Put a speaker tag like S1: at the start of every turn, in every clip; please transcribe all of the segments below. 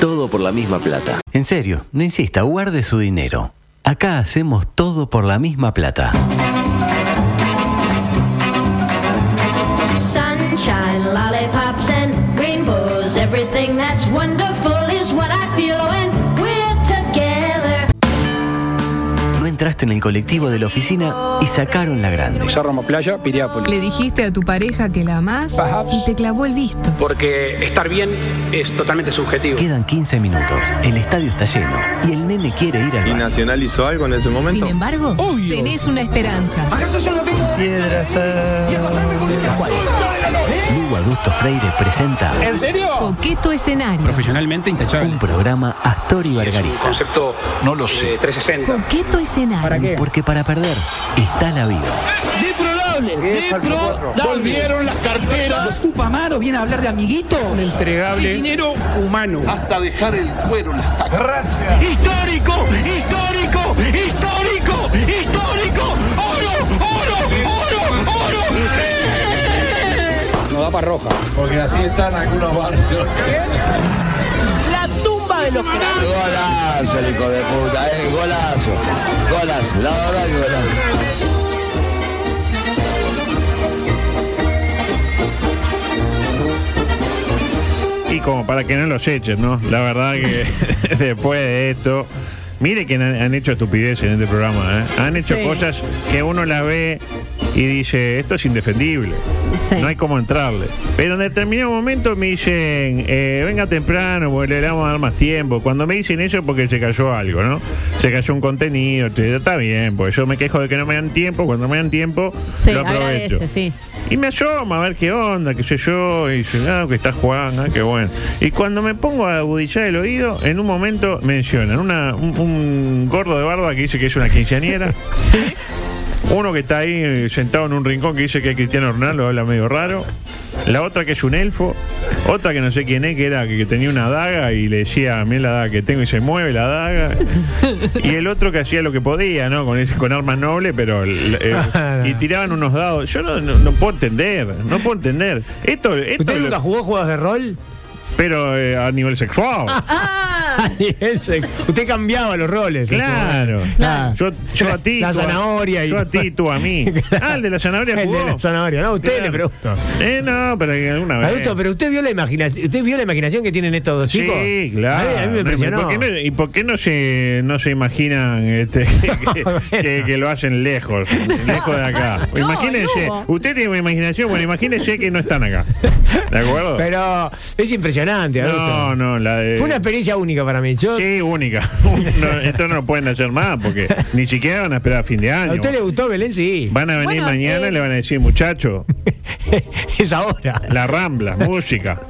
S1: todo por la misma plata.
S2: En serio, no insista, guarde su dinero. Acá hacemos todo por la misma plata.
S3: Sunshine, lollipops, and rainbows. Everything that's wonderful is what I feel when we're together.
S2: No entraste en el colectivo de la oficina y sacaron la grande.
S4: Cerro Playa, Piriápolis.
S5: Le dijiste a tu pareja que la amás
S4: Perhaps.
S5: y te clavó el visto.
S6: Porque estar bien es totalmente subjetivo.
S2: Quedan 15 minutos, el estadio está lleno y el nene quiere ir al
S7: ¿Y
S2: baño.
S7: Nacional hizo algo en ese
S5: Sin
S7: momento?
S1: em-
S5: embargo, tenés una esperanza.
S2: Lugo Adusto Freire presenta
S5: Coqueto escenario.
S6: Profesionalmente intachable.
S2: un programa Astor y
S6: Un
S2: Bargarista.
S6: concepto no lo sé. 360.
S5: Coqueto escenario.
S6: ¿Para qué?
S2: Porque para perder está la vida.
S8: Volvieron las carteras.
S9: Tupamaro viene a hablar de amiguito.
S6: Entregable. dinero humano.
S10: Ah,
S8: Hasta dejar el cuero en las tacas.
S11: Histórico, histórico, histórico, histórico. Oro, oro, oro, oro.
S6: Nos da para roja.
S8: Porque así están algunos barrios.
S9: La tumba de los cráneos.
S8: Golazo, el hijo de puta, eh, golazo. Golazo, la verdad que golazo.
S12: Y como para que no los echen, ¿no? La verdad que después de esto. Mire que han, han hecho estupideces en este programa, ¿eh? Han hecho
S13: Sí.
S12: cosas que uno las ve y dice, esto es indefendible.
S13: Sí.
S12: No hay cómo entrarle. Pero en determinado momento me dicen, eh, venga temprano, porque le vamos a dar más tiempo. Cuando me dicen eso es porque se cayó algo, ¿no? Se cayó un contenido, te- está bien, porque yo me quejo de que no me dan tiempo, cuando me dan tiempo,
S13: Sí,
S12: lo aprovecho.
S13: agradece, sí.
S12: Y me asoma a ver qué onda, qué sé yo, y dice, ah, que está Juan, ah, qué bueno. Y cuando me pongo a agudillar el oído, en un momento mencionan una, un, un gordo de barba que dice que es una quinceañera. Uno que está ahí eh, sentado en un rincón que dice que es Cristiano Ronaldo, habla medio raro. La otra que es un elfo. Otra que no sé quién es, que era que, que tenía una daga y le decía, mira la daga que tengo y se mueve la daga. y el otro que hacía lo que podía, ¿no? Con, ese- con armas nobles, pero... el- eh,
S9: Ah,
S12: y tiraban unos dados. Yo no, no- no puedo entender, no puedo entender. Esto, esto
S9: ¿Usted
S12: lo-
S9: nunca jugó juegos de rol?
S12: pero eh, a nivel sexual.
S13: Ah,
S9: Usted cambiaba los roles.
S12: Claro.
S9: Ah.
S12: Yo, yo a ti.
S9: La
S12: tú a-
S9: zanahoria y-
S12: Yo a ti, tú a mí. Ah, el de la zanahoria
S9: El
S12: jugó.
S9: de la zanahoria. No, usted
S12: Claro.
S9: le pregunto.
S12: Eh, no, pero que alguna vez.
S9: Adulto, pero usted vio la imaginación, usted vio la imaginación que tienen estos dos chicos.
S12: Sí, claro.
S9: A mí, a mí me
S12: No,
S9: impresionó.
S12: ¿Y por qué no, y por qué no se, no se imaginan este, que,
S9: Bueno.
S12: que- que lo hacen lejos, lejos de acá?
S13: No,
S12: imagínense,
S13: no.
S12: usted tiene imaginación, bueno, imagínense que no están acá. ¿De acuerdo?
S9: Pero es impresionante,
S12: no,
S9: adulto.
S12: no, la de.
S9: Fue una experiencia única para mí. Yo,
S12: Sí, única. No, esto no lo pueden hacer más porque ni siquiera van a esperar a fin de
S9: ¿A
S12: año.
S9: usted le gustó Belén? Sí.
S12: Van a venir
S13: Bueno,
S12: mañana
S13: eh.
S12: y le van a decir, muchacho,
S9: es ahora.
S12: la rambla, música.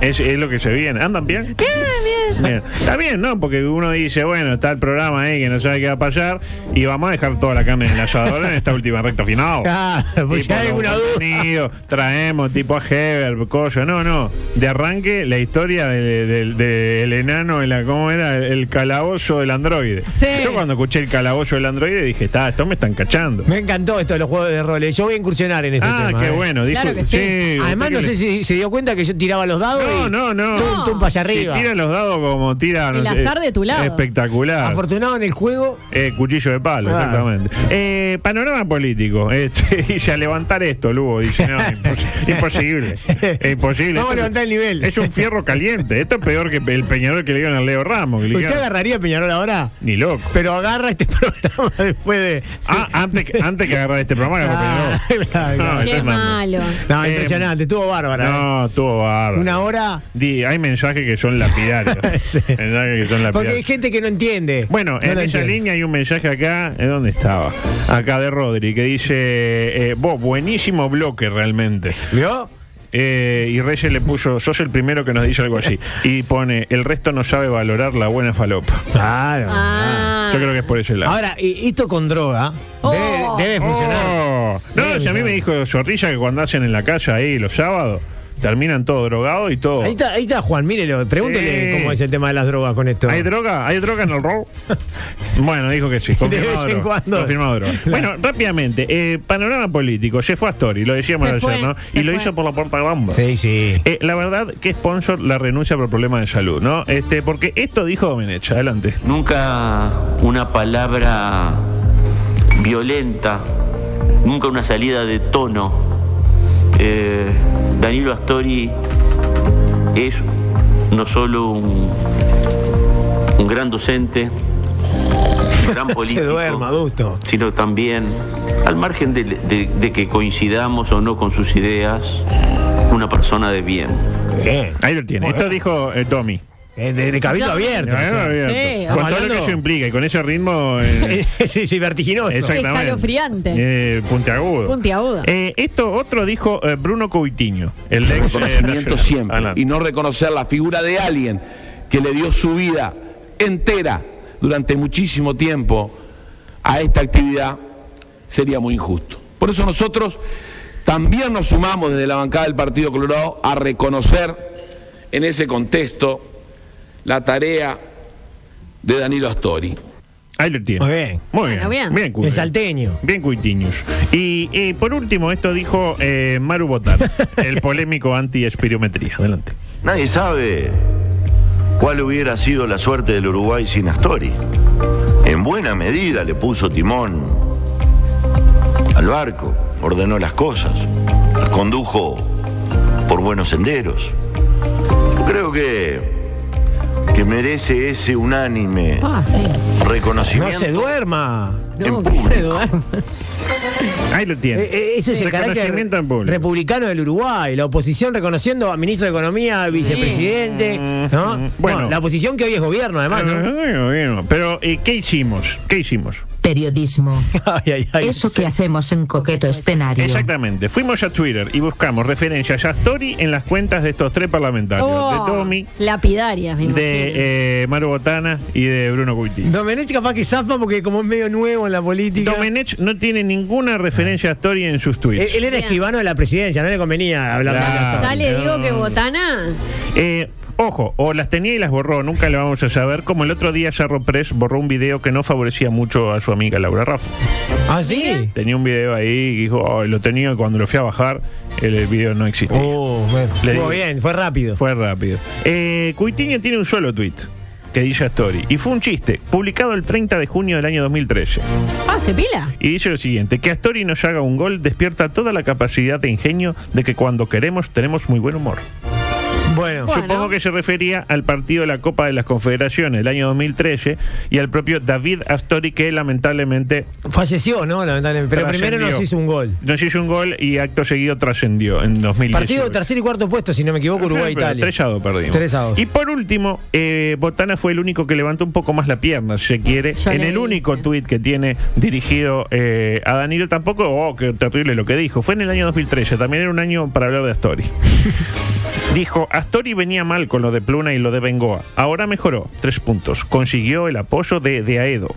S12: Es, es lo que se viene. ¿Andan bien?
S1: Ah,
S13: bien,
S12: Bien. Está bien, ¿no? Porque uno dice, bueno, está el programa ahí que no sabe qué va a pasar y vamos a dejar toda la carne en el asador en esta última recta final.
S9: Ah, pues si
S12: Tipo,
S9: hay
S12: con
S9: alguna duda.
S12: contenido, traemos tipo a Heber, Coyo. No, no. De arranque, la historia del, del- del enano, de la, ¿cómo era? El calabozo del androide.
S13: Sí.
S12: Yo cuando escuché el calabozo del androide dije, está, esto me están cachando.
S9: Me encantó esto de los juegos de roles. Yo voy a incursionar en este
S12: ah,
S9: tema.
S12: qué
S9: eh.
S12: bueno. Dijo,
S13: Claro que sí.
S12: usted
S9: Además, no
S12: que
S9: sé
S12: le-
S9: si se dio cuenta que yo tiraba los dados.
S12: No,
S9: y
S12: no, no.
S9: Tum, tum, para allá
S12: Si
S9: arriba.
S12: tira los dados como tira.
S13: El
S12: sé,
S13: azar de tu lado.
S12: Espectacular.
S9: Afortunado en el juego.
S12: Eh, cuchillo de palo,
S9: Ah.
S12: exactamente. Eh, panorama político. Este, dice, a levantar esto, Lugo. Dice, no, impos- imposible. Es imposible.
S9: Vamos a
S12: Esto-
S9: levantar el nivel.
S12: Es un fierro caliente. Esto es peor que el Peñarol que le dieron a Leo Ramos. que le
S9: Usted
S12: dijeron,
S9: agarraría a Peñarol ahora,
S12: Ni loco.
S9: pero agarra este programa después de.
S12: Ah, antes, que- antes que agarrar este programa, agarró
S9: Ah,
S12: Peñarol.
S9: claro,
S12: No,
S9: claro.
S12: esto
S13: qué
S12: es mambo.
S13: malo.
S9: No,
S12: Eh,
S9: impresionante, estuvo bárbara.
S12: No, estuvo
S9: eh.
S12: bárbaro.
S9: Una hora.
S12: Di, hay mensajes que son lapidarios.
S9: Sí.
S12: Mensajes que son lapidarios.
S9: Porque hay gente que no entiende.
S12: Bueno,
S9: No
S12: en
S9: la
S12: esa
S9: entiende.
S12: línea hay un mensaje acá, ¿eh? ¿dónde estaba? Acá de Rodri, que dice, eh, vos, buenísimo bloque realmente.
S9: ¿Vio?
S12: Eh, y Reyes le puso, sos el primero que nos dice algo así. Y pone, el resto no sabe valorar la buena falopa.
S9: Claro.
S13: Ah.
S12: Yo creo que es por ese lado.
S9: Ahora, eh, esto con droga debe,
S13: Oh.
S9: debe funcionar.
S12: Oh. No, si a mí me dijo Zorrilla que cuando hacen en la calle ahí los sábados, terminan todos drogados y todo.
S9: Ahí está, ahí está Juan, mírelo, pregúntele
S12: Oh. Sí.
S9: cómo es el tema de las drogas con esto.
S12: ¿Hay droga? ¿Hay droga en el roll? bueno, dijo que sí. confirmado
S9: vez en
S12: droga,
S9: cuando.
S12: confirmado droga.
S9: Claro.
S12: Bueno, rápidamente, eh, panorama político. Se fue a Astori, lo decíamos
S1: Se
S12: ayer,
S1: fue,
S12: ¿no?
S1: se
S12: Y lo
S1: fue.
S12: hizo por la puerta gamba.
S9: Sí, sí.
S12: Eh, la verdad que sponsor la renuncia por problemas de salud, ¿no? Este, porque esto dijo Domenech. Adelante.
S4: Nunca una palabra violenta, nunca una salida de tono. Eh, Danilo Astori es no solo un, un gran docente, un gran político,
S9: Se duerma, adusto.
S4: sino también, al margen de, de- de que coincidamos o no con sus ideas, una persona de bien.
S9: Bien.
S12: Ahí lo tiene. Esto dijo eh, Tommy.
S9: Eh, De, de cabildo
S1: Yo-
S9: abierto.
S12: Lo
S9: o sea.
S12: abierto.
S1: Sí,
S12: con todo lo
S9: hablando-
S12: que eso implica y con ese ritmo. eh,
S9: sí, sí, vertiginoso.
S12: exactamente.
S1: Escalofriante.
S12: Eh, puntiagudo.
S1: Puntiagudo.
S12: Eh, esto otro dijo eh, Bruno Coutinho, el ex. eh,
S8: reconocimiento
S12: nacional.
S8: siempre
S12: Adelante.
S8: y no reconocer la figura de alguien que le dio su vida entera durante muchísimo tiempo a esta actividad sería muy injusto. Por eso nosotros también nos sumamos desde la bancada del Partido Colorado a reconocer en ese contexto la tarea de Danilo Astori.
S12: eh, Ahí lo tiene.
S9: Muy bien.
S12: Muy
S1: Bueno,
S12: bien.
S1: bien.
S12: Bien, Coutinho.
S9: El salteño.
S12: Bien Cuitiños. Y eh, por último, esto dijo eh, Maru Botán, el polémico anti-espirometría. Adelante.
S11: Nadie sabe cuál hubiera sido la suerte del Uruguay sin Astori. En buena medida le puso timón al barco, ordenó las cosas, las condujo por buenos senderos. Yo creo que, que merece ese unánime
S1: Ah, sí.
S11: reconocimiento.
S9: No se duerma.
S1: No,
S11: En
S1: que se
S11: público.
S1: duerme.
S12: Ahí lo tiene.
S9: Eh, eh, Eso es el carácter
S12: Reconocimiento en público.
S9: republicano del Uruguay. La oposición reconociendo a ministro de Economía, vicepresidente. ¿no?
S12: Mm, bueno.
S9: No, la oposición que hoy es gobierno, además, ¿no?
S12: Bueno, bueno. Pero, eh, ¿qué hicimos? ¿Qué hicimos?
S7: Periodismo.
S9: Ay, ay, ay.
S7: Eso que hacemos en coqueto escenario.
S12: Exactamente. Fuimos a Twitter y buscamos referencias a Story en las cuentas de estos tres parlamentarios:
S1: Oh,
S12: de Tommy,
S1: Lapidarias, me imagino.
S12: de eh, Maru Botana y de Bruno Cuitiño.
S9: Domenech capaz que zafa porque como es medio nuevo en la política.
S12: Domenech no tiene ninguna referencia a Story en sus
S9: él,
S12: tweets.
S9: él era
S1: Bien.
S9: escribano de la presidencia, no le convenía hablar de
S12: Claro.
S9: la-
S1: Ya le digo que
S12: no.
S1: Botana.
S12: Eh, ojo, o las tenía y las borró, nunca lo vamos a saber. Como el otro día Jarro Press borró un video que no favorecía mucho a su amiga Laura Raffo.
S9: ¿Ah, sí?
S12: Tenía un video ahí y dijo, "Ay, lo tenía y cuando lo fui a bajar, el, el video no existía.
S9: Oh, bueno. Estuvo
S12: Le digo.
S9: bien, fue rápido.
S12: Fue rápido. Eh, Cuitiño tiene un solo tweet que dice a Story. Y fue un chiste, publicado el 30 de junio del año 2013.
S1: Ah, se pila.
S12: Y dice lo siguiente, que Astori nos haga un gol despierta toda la capacidad de ingenio de que cuando queremos tenemos muy buen humor.
S9: Bueno,
S1: Bueno.
S12: Supongo que se refería al partido de la Copa de las Confederaciones el año 2013 y al propio David Astori que lamentablemente
S9: falleció, ¿no? Lamentablemente. Pero primero
S12: trascendió.
S9: nos hizo un gol.
S12: Nos hizo un gol y acto seguido trascendió en 2018.
S9: Partido tercer y cuarto puesto, si no me equivoco, Uruguay-Italia.
S12: 3 a 2 perdimos.
S9: 3 a 2.
S12: Y por último, eh, Botana fue el único que levantó un poco más la pierna, si se quiere,
S1: Yo
S12: en
S1: le
S12: el
S1: dije.
S12: único tuit que tiene dirigido eh, a Danilo tampoco, oh, qué terrible lo que dijo, fue en el año 2013, también era un año para hablar de Astori. Dijo, Astori venía mal con lo de Pluna y lo de Bengoa, ahora mejoró, tres puntos, consiguió el apoyo de, de Aedo.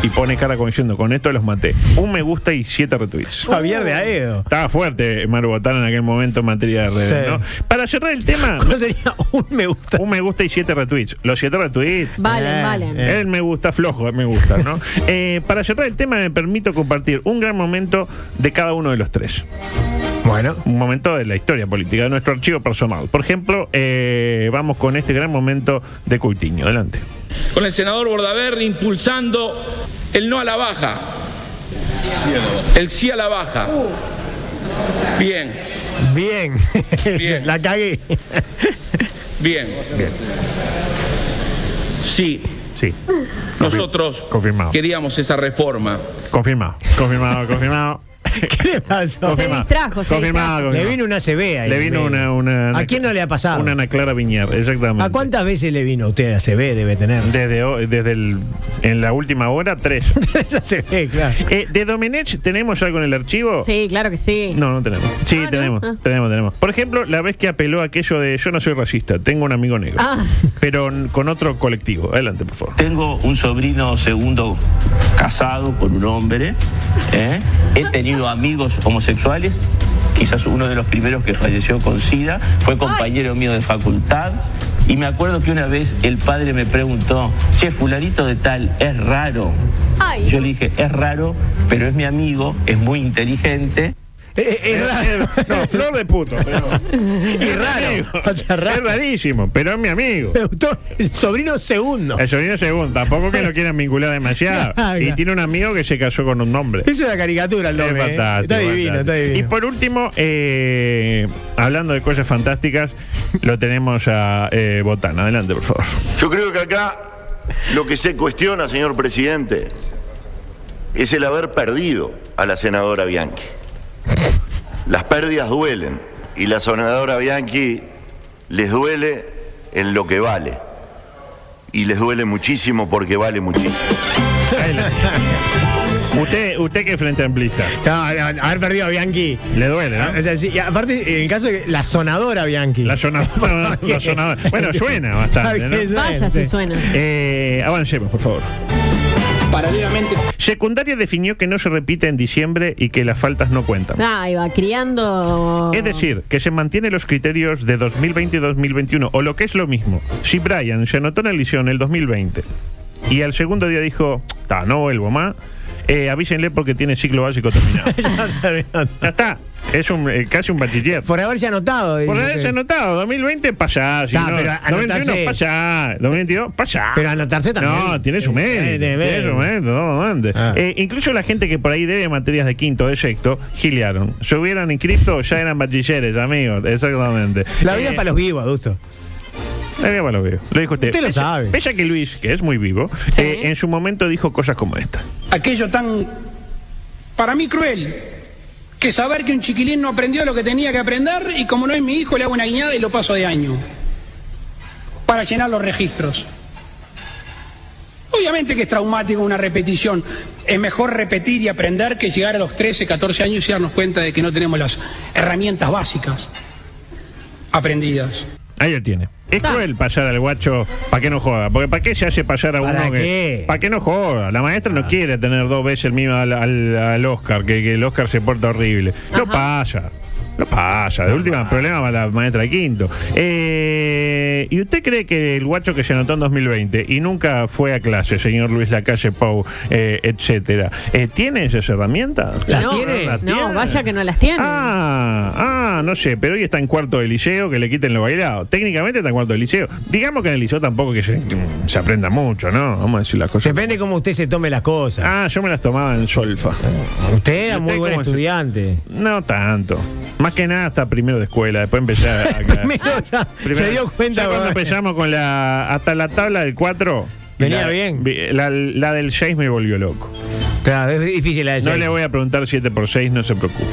S12: Y pone cara como diciendo, con esto los maté. Un me gusta y siete retweets.
S9: Javier de Aedo.
S12: Estaba fuerte Maru Botana en aquel momento en materia de redes,
S9: Sí.
S12: ¿no? Para cerrar el tema,
S9: ¿Cuál tenía un me gusta?
S12: Uh. un me gusta y siete retweets. Los siete retweets.
S1: Valen,
S9: Eh,
S1: valen.
S12: El me gusta flojo, el me gusta, ¿no? Eh, para cerrar el tema, me permito compartir un gran momento de cada uno de los tres.
S9: Bueno.
S12: Un momento de la historia política, de nuestro archivo personal. Por ejemplo, eh, vamos con este gran momento de Coutinho. Adelante.
S4: Con el senador Bordaberry impulsando el no a la baja. El sí a la baja. Bien,
S9: Bien.
S4: Bien.
S9: La cagué.
S4: bien. Sí,
S12: Sí.
S4: nosotros
S12: Confirmado.
S4: queríamos esa reforma.
S12: Confirmado. Confirmado, confirmado.
S9: ¿Qué le pasó?
S1: Se
S12: Confirmado.
S1: distrajo, se
S12: Confirmado,
S9: Le
S12: confirmado.
S9: vino una CB ahí.
S12: Le vino una, una-
S9: ¿A quién no le ha pasado?
S12: Una Ana Clara Viñar, exactamente.
S9: ¿A cuántas veces le vino a usted a CB? Debe tener.
S12: Desde, ho- desde el, en la última hora, tres.
S9: Esa CB, claro.
S12: Eh, ¿De Domenech tenemos algo en el archivo?
S1: Sí, claro que sí.
S12: oh. No, no tenemos. Sí,
S1: Ah, ¿no?
S12: tenemos,
S1: Ah.
S12: tenemos, tenemos. Por ejemplo, la vez que apeló a aquello de yo no soy racista, tengo un amigo negro,
S1: Ah.
S12: pero n- con otro colectivo. Adelante, por favor.
S4: Tengo un sobrino segundo casado con un hombre. ¿eh? He tenido amigos homosexuales
S13: quizás uno de los primeros que falleció con SIDA, fue compañero mío de facultad. Y me acuerdo que una vez el padre me preguntó, che, fulanito de tal, es raro. Yo le dije, es raro, pero es mi amigo, es muy inteligente.
S9: Eh,
S12: Es raro. No, flor de puto.
S9: Es
S12: raro. Es rarísimo, pero es mi amigo.
S9: el sobrino segundo.
S12: El sobrino segundo. Tampoco que lo quieran vincular demasiado.
S9: Claro.
S12: Y tiene un amigo que se casó con un hombre.
S9: Es una caricatura el
S12: Es
S9: nombre. ¿eh?
S12: fantástico,
S9: Está divino,
S12: fantástico.
S9: está
S12: Y
S9: divino.
S12: por último, eh, hablando de cosas fantásticas, lo tenemos a eh, Botán. Adelante, por favor.
S11: Yo creo que acá lo que se cuestiona, señor presidente, es el haber perdido a la senadora Bianchi. Las pérdidas duelen y la senadora Bianchi les duele en lo que vale. Y les duele muchísimo porque vale muchísimo.
S12: Usted, usted que es frente amplista.
S9: No, no, haber perdido a Bianchi.
S12: Le duele, ¿no?
S9: O sea, sí, y aparte, en el caso de que la sonadora Bianchi.
S12: ¿Eh? La sonadora. la sonadora. Bueno, suena bastante. ¿no?
S1: Vaya si suena.
S12: Eh, avancemos, por favor.
S6: Paralelamente.
S12: Secundaria definió que no se repite en diciembre y que las faltas no cuentan.
S1: Ah, y va criando.
S12: Es decir, que se mantienen los criterios de 2020 y 2021, o lo que es lo mismo. Si Brian se anotó en el liceo en el 2020 y al segundo día dijo, "Ta, no vuelvo más, eh, avísenle porque tiene ciclo básico terminado. ya está, es un, eh, casi un bachiller.
S9: Por haberse anotado.
S12: Por
S9: dice.
S12: haberse anotado, 2020 pasá, si
S9: Ta,
S12: no,
S9: pero
S12: 2021
S9: anotarse-
S12: pasá, 2022 pasá.
S9: Pero anotarse también.
S12: No, tiene su
S9: Eh,
S12: mérito.
S9: tiene
S12: Tiene su
S9: mérito.
S12: mérito, no, antes.
S9: Ah.
S12: Eh, incluso la gente que por ahí debe materias de quinto, de sexto, giliaron. Se hubieran inscrito, ya eran bachilleres, amigos. Exactamente.
S9: La vida
S12: Eh,
S9: es para los vivos, adusto.
S12: la vida para los vivos. Lo dijo usted.
S9: Usted lo
S12: Pese-
S9: sabe.
S12: Pese a que Luis, que es muy vivo,
S1: Sí.
S12: eh, en su momento dijo cosas como esta.
S6: Aquello tan, para mí, cruel, que saber que un chiquilín no aprendió lo que tenía que aprender y como no es mi hijo, le hago una guiñada y lo paso de año. Para llenar los registros. Obviamente que es traumático una repetición. Es mejor repetir y aprender que llegar a los 13, 14 años y darnos cuenta de que no tenemos las herramientas básicas aprendidas.
S12: Ahí lo tiene. Es cruel pasar al guacho para que no joda. Porque ¿para qué se hace pasar a
S9: ¿Para
S12: uno que.
S9: qué? Ah.
S12: Para que no joda. La maestra no quiere tener dos veces el mismo al, al- al Oscar, que, que el Oscar se porta horrible. No pasa. No pasa. De última, problema para la maestra de quinto. Eh, ¿Y usted cree que el guacho que se anotó en 2020 y nunca fue a clase, señor Luis Lacalle Pau, eh, etcétera, eh, ¿tiene esas herramientas?
S9: ¿Las
S1: no,
S9: tiene?
S12: ¿Las
S1: No,
S12: tiene?
S1: vaya que no las tiene.
S12: Ah, ah, no sé, pero hoy está en cuarto de liceo, que le quiten lo bailado. Técnicamente está en cuarto de liceo. Digamos que en el liceo tampoco que se, mm, se aprenda mucho, ¿no? Vamos a decir las cosas.
S9: Depende cómo usted se tome las cosas.
S12: Ah, yo me las tomaba en solfa.
S9: usted era muy buen
S12: cómo se-
S9: estudiante.
S12: No tanto. Más que nada hasta primero de escuela, después empecé a... a-
S9: Primero ya
S12: Ah, primero-
S9: se dio cuenta.
S12: Ya cuando
S9: ¿verdad?
S12: empezamos con la... Hasta la tabla del 4...
S9: Venía bien.
S12: La, la del 6 me volvió loco.
S9: Claro, es difícil la de
S12: No
S9: seis.
S12: le voy a preguntar 7 por 6, no se preocupe.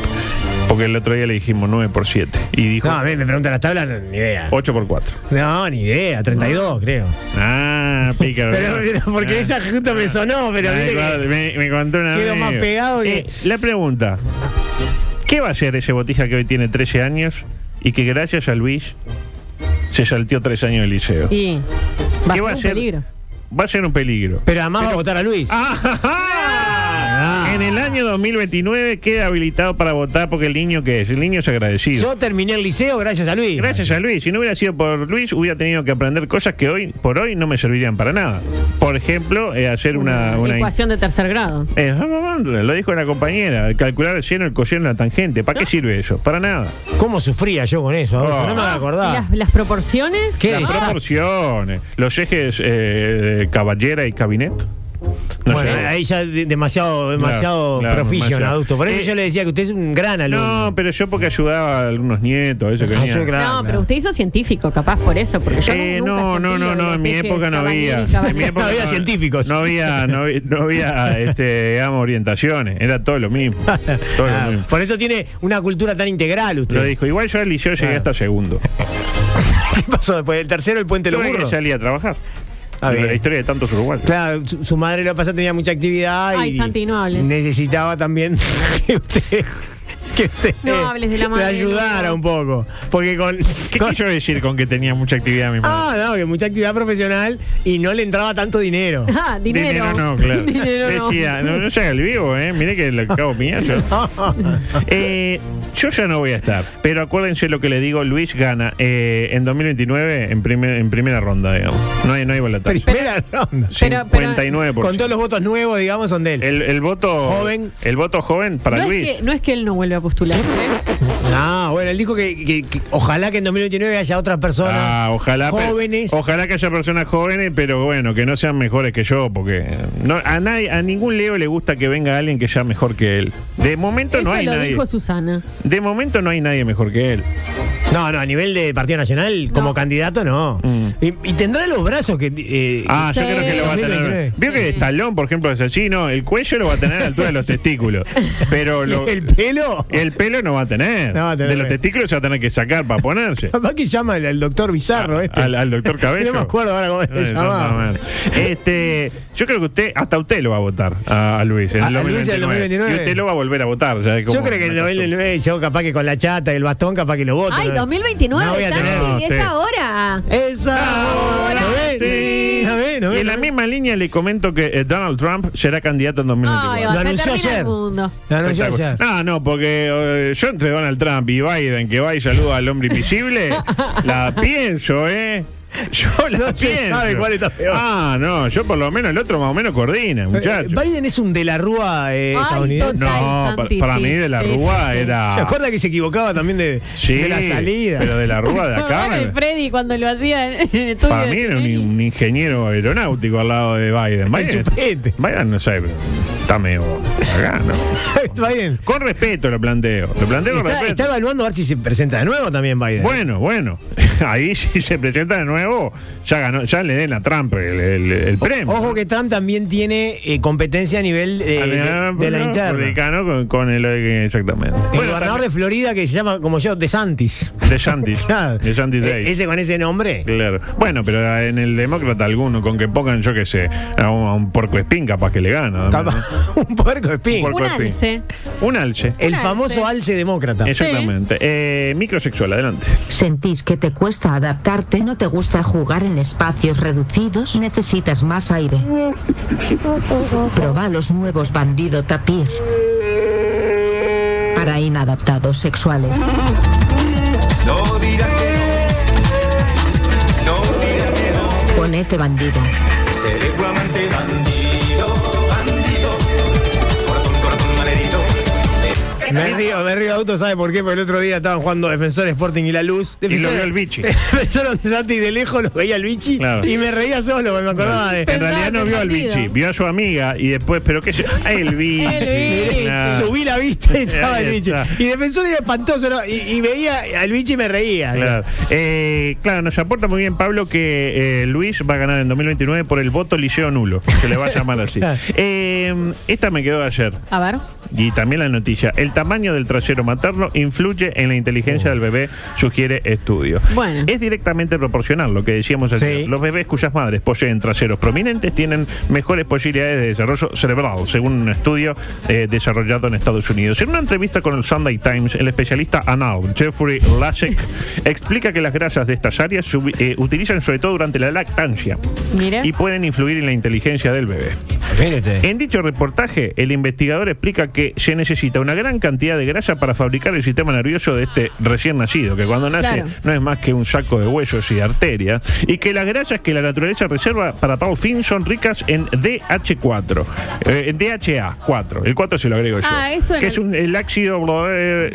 S12: Porque el otro día le dijimos 9 por 7. Y dijo
S9: No, a mí me preguntan las tablas, no, ni idea.
S12: 8 por 4.
S9: No, ni idea, 32 creo.
S12: Ah, pícaro.
S9: Pero, pero, porque
S12: Ah.
S9: esa justo me sonó, pero
S12: Ay,
S9: mire que-
S12: guarda, me, me contó una
S9: quedo más pegado que-
S12: la pregunta: ¿qué va a hacer ese botija que hoy tiene 13 años y que gracias a Luis se salteó 3 años del liceo?
S1: Y va a
S12: ¿Qué
S1: ser
S12: va a
S1: un
S12: hacer?
S1: peligro.
S12: Va a ser un peligro.
S9: Pero además va a votar a Luis.
S12: Ah, En el año 2029 queda habilitado para votar porque el niño que es, el niño es agradecido.
S9: Yo terminé el liceo gracias a Luis.
S12: Gracias a Luis. Si no hubiera sido por Luis, hubiera tenido que aprender cosas que hoy por hoy no me servirían para nada. Por ejemplo, eh, hacer una, una
S1: Ecuación de tercer grado.
S12: Eh, lo dijo la compañera, calcular el seno, el coseno, la tangente. ¿Para
S1: Ah.
S12: qué sirve eso? Para nada.
S9: ¿Cómo sufría yo con eso? Adolfo?
S12: Oh.
S9: No me
S1: ¿Y
S9: acordaba.
S1: las, las proporciones?
S9: ¿Qué?
S12: Las
S9: Ah.
S12: proporciones, los ejes eh, caballera y cabinet. No
S9: bueno,
S12: sé.
S9: ahí ya de- demasiado, demasiado
S12: claro,
S9: proficio,
S12: demasiado.
S9: adulto. Por eso
S12: Eh,
S9: yo le decía que usted es un gran alumno.
S12: No, pero yo porque ayudaba a algunos nietos, eso que
S9: Ah,
S12: venían.
S9: yo claro,
S1: No,
S9: claro.
S1: pero usted hizo científico, capaz por eso, porque yo
S12: Eh,
S1: nunca
S12: no,
S1: sentí
S12: no,
S1: lo
S12: no,
S1: de
S12: no,
S1: los
S12: en mi
S1: ejes
S12: época no
S1: Cavallini,
S12: había. En mi
S1: Cavallini.
S12: época
S9: No había científicos.
S12: No había, no, había- no había, este, digamos, orientaciones. Era todo lo mismo. Todo
S9: Ah,
S12: lo mismo.
S9: por eso tiene una cultura tan integral usted.
S12: Lo dijo. Igual yo al liceo llegué
S9: Claro.
S12: hasta segundo.
S9: ¿Qué pasó después del tercero, el puente lo
S12: Tuve que
S9: burro?
S12: salí a trabajar.
S9: Ah, bien.
S12: la historia de tantos uruguayos.
S9: Claro, su, su madre lo pasa, tenía mucha actividad
S1: Ay,
S9: y
S1: Santi, no hables.
S9: necesitaba también que usted, que usted
S1: No hables de la madre,
S9: le ayudara
S1: no.
S9: un poco. Porque con,
S12: ¿Qué
S9: con-
S12: quiso decir con que tenía mucha actividad mi madre?
S9: Ah, no, que mucha actividad profesional y no le entraba tanto dinero.
S1: Ah, dinero.
S12: no, claro.
S1: Dinero no.
S12: Decía, no, no se haga el vivo, ¿eh? Mire que le acabo piñazo. Eh, Yo ya no voy a estar. Pero acuérdense lo que le digo, Luis gana eh, en 2029 en, primer- en primera ronda, digamos. No hay, no hay balotaje.
S9: Primera ronda.
S12: 59%.
S9: Con todos los votos nuevos, digamos, son de él.
S12: El, el voto
S9: Joven.
S12: El voto joven para
S1: no,
S12: Luis.
S1: es que, no es que él no vuelva a postular.
S9: Ah, bueno, él dijo que, que- que ojalá que en 2029 haya otras personas
S12: Ah, ojalá, pe-
S9: jóvenes.
S12: ojalá que haya personas jóvenes, pero bueno, que no sean mejores que yo, porque eh, no, a nadie, a ningún Leo le gusta que venga alguien que sea mejor que él. De momento
S1: Eso
S12: no hay
S1: lo
S12: nadie.
S1: dijo Susana.
S12: De momento no hay nadie mejor que él.
S9: No, no, a nivel de Partido Nacional, como candidato, no. Y, y tendrá los brazos que. eh,
S12: Mm. Ah, yo
S1: Sí.
S12: creo que lo va a tener.
S9: 2029.
S12: Vio que Estalón, por ejemplo, es así, no, el cuello lo va a tener a la altura de los testículos. Pero lo-
S9: ¿El pelo?
S12: el pelo no va a tener.
S9: No va a tener.
S12: De los testículos se va a tener que sacar para ponerse.
S9: Capaz que llama al, al doctor Bizarro este.
S12: Ah, Al, al doctor Cabello.
S9: No me acuerdo ahora cómo
S12: No,
S9: se
S12: no,
S9: llamaba. Eh,
S12: no, no. Este, yo creo que usted, hasta usted lo va a votar a, a Luis en
S9: A-
S12: el
S9: Ah, a Luis en el
S12: 2029.
S9: 2029.
S12: Y usted lo va a volver a votar. ya es como
S9: Yo creo que en
S12: una
S9: el
S12: costumbre.
S9: 2029 yo capaz que con la chata y el bastón capaz que lo voto.
S10: Ay,
S9: ¿no?
S10: 2029,
S9: No voy a
S10: Santi,
S9: tener.
S12: No,
S10: es
S12: te-
S10: ahora.
S9: Esa. ¿No ven?
S12: Sí.
S9: ¿No ven? ¿No
S12: Y
S9: ven?
S12: en la misma línea le comento que eh, Donald Trump será candidato en 2024.
S10: Ay,
S9: Lo
S10: va, se
S9: anunció
S10: termina
S9: ayer.
S10: el mundo.
S9: No, no, ya, ya.
S12: Ah, no, porque eh, yo entre Donald Trump y Biden, que va y saluda al hombre invisible, la pienso, ¿eh? Yo la
S9: No se
S12: pienso.
S9: sabe cuál está peor.
S12: Ah, no, yo por lo menos el otro más o menos coordina,
S9: Eh,
S12: muchachos.
S9: Biden es un de la Rúa eh,
S10: Ay,
S9: estadounidense.
S10: total,
S12: no, pa-
S1: Santi,
S12: para
S1: sí.
S12: mí de la
S1: Sí,
S12: Rúa
S1: sí, sí.
S12: era.
S9: ¿Se acuerda que se equivocaba también de,
S12: Sí,
S9: de la salida?
S12: Pero de la Rúa de acá.
S1: Ahora el Freddy cuando lo hacía en en el estudio
S12: Para
S1: de
S12: mí era un,
S1: Tinelli.
S12: un ingeniero aeronáutico al lado de Biden. Biden,
S9: chupete.
S12: Biden no sabe, pero está medio acá, ¿no?
S9: Biden.
S12: Con respeto lo planteo. Lo planteo con
S9: Está,
S12: respeto.
S9: está evaluando a ver si se presenta de nuevo también Biden.
S12: Bueno, bueno. Ahí si se presenta de nuevo, ya ganó, ya le den a Trump el, el- el
S9: O-
S12: premio.
S9: Ojo que Trump también tiene eh, competencia a nivel eh, de,
S12: Ah,
S9: de la interna.
S12: Republicano con, con el exactamente.
S9: El gobernador de Florida que se llama, como yo, DeSantis.
S12: de Shanty.
S9: Claro.
S12: De Shanty Day.
S9: E- Ese con ese nombre.
S12: Claro. Bueno, pero en el demócrata alguno, con que pongan, yo qué sé, a un, a un porco espín capaz que le gana. ¿no?
S9: Capaz- un puerco espín.
S12: Un puerco
S1: Un
S12: espín.
S1: alce.
S12: Un alce.
S9: El
S1: un
S9: famoso
S1: alce.
S9: alce demócrata.
S12: Exactamente. Eh, microsexual, adelante.
S7: ¿Sentís que te cuesta adaptarte? ¿No te gusta jugar en espacios reducidos? ¿Necesitas más aire? Proba los nuevos bandido tapir. Para inadaptados sexuales. Ponete bandido.
S9: Me río, me río auto, ¿sabe por qué? Porque el otro día estaban jugando Defensor Sporting y la luz.
S12: Y lo
S9: Defensor-
S12: vio el bichi.
S9: Defensor Andrade de lejos lo veía el bichi
S12: Claro.
S9: y me reía solo, me acordaba de.
S12: en realidad no vio al
S1: escondido.
S12: bichi, vio a su amiga y después, pero qué sé- Ah, el bichi.
S1: El bichi.
S12: Nah.
S9: Subí la vista y estaba
S12: Ahí
S9: el bichi.
S12: está.
S9: Y defensor era espantoso, ¿no? y, y veía al bichi y me reía.
S12: Claro. Eh, claro, nos aporta muy bien Pablo que eh, Luis va a ganar en 2029 por el voto liceo nulo. Se le va a llamar así. Eh, esta me quedó ayer.
S1: A ver.
S12: Y también la noticia. El tamaño del trasero materno influye en la inteligencia del bebé, sugiere estudio.
S1: Bueno.
S12: Es directamente proporcional, lo que decíamos ayer.
S9: Sí.
S12: Los bebés cuyas madres poseen traseros prominentes tienen mejores posibilidades de desarrollo cerebral, según un estudio eh, desarrollado en Estados Unidos. En una entrevista con el Sunday Times, el especialista anal, Jeffrey Lasek, explica que las grasas de estas áreas se ubi- eh, utilizan sobre todo durante la lactancia
S1: Mira.
S12: y pueden influir en la inteligencia del bebé.
S9: Mírate.
S12: En dicho reportaje, el investigador explica que se necesita una gran cantidad de grasa para fabricar el sistema nervioso de este recién nacido, que cuando nace
S1: Claro.
S12: no es más que un saco de huesos y de arterias, y que las grasas que la naturaleza reserva para tal fin son ricas en DH4, eh, DHA4, el 4 se lo agrego yo,
S1: Ah, eso
S12: que
S1: en
S12: es un- el ácido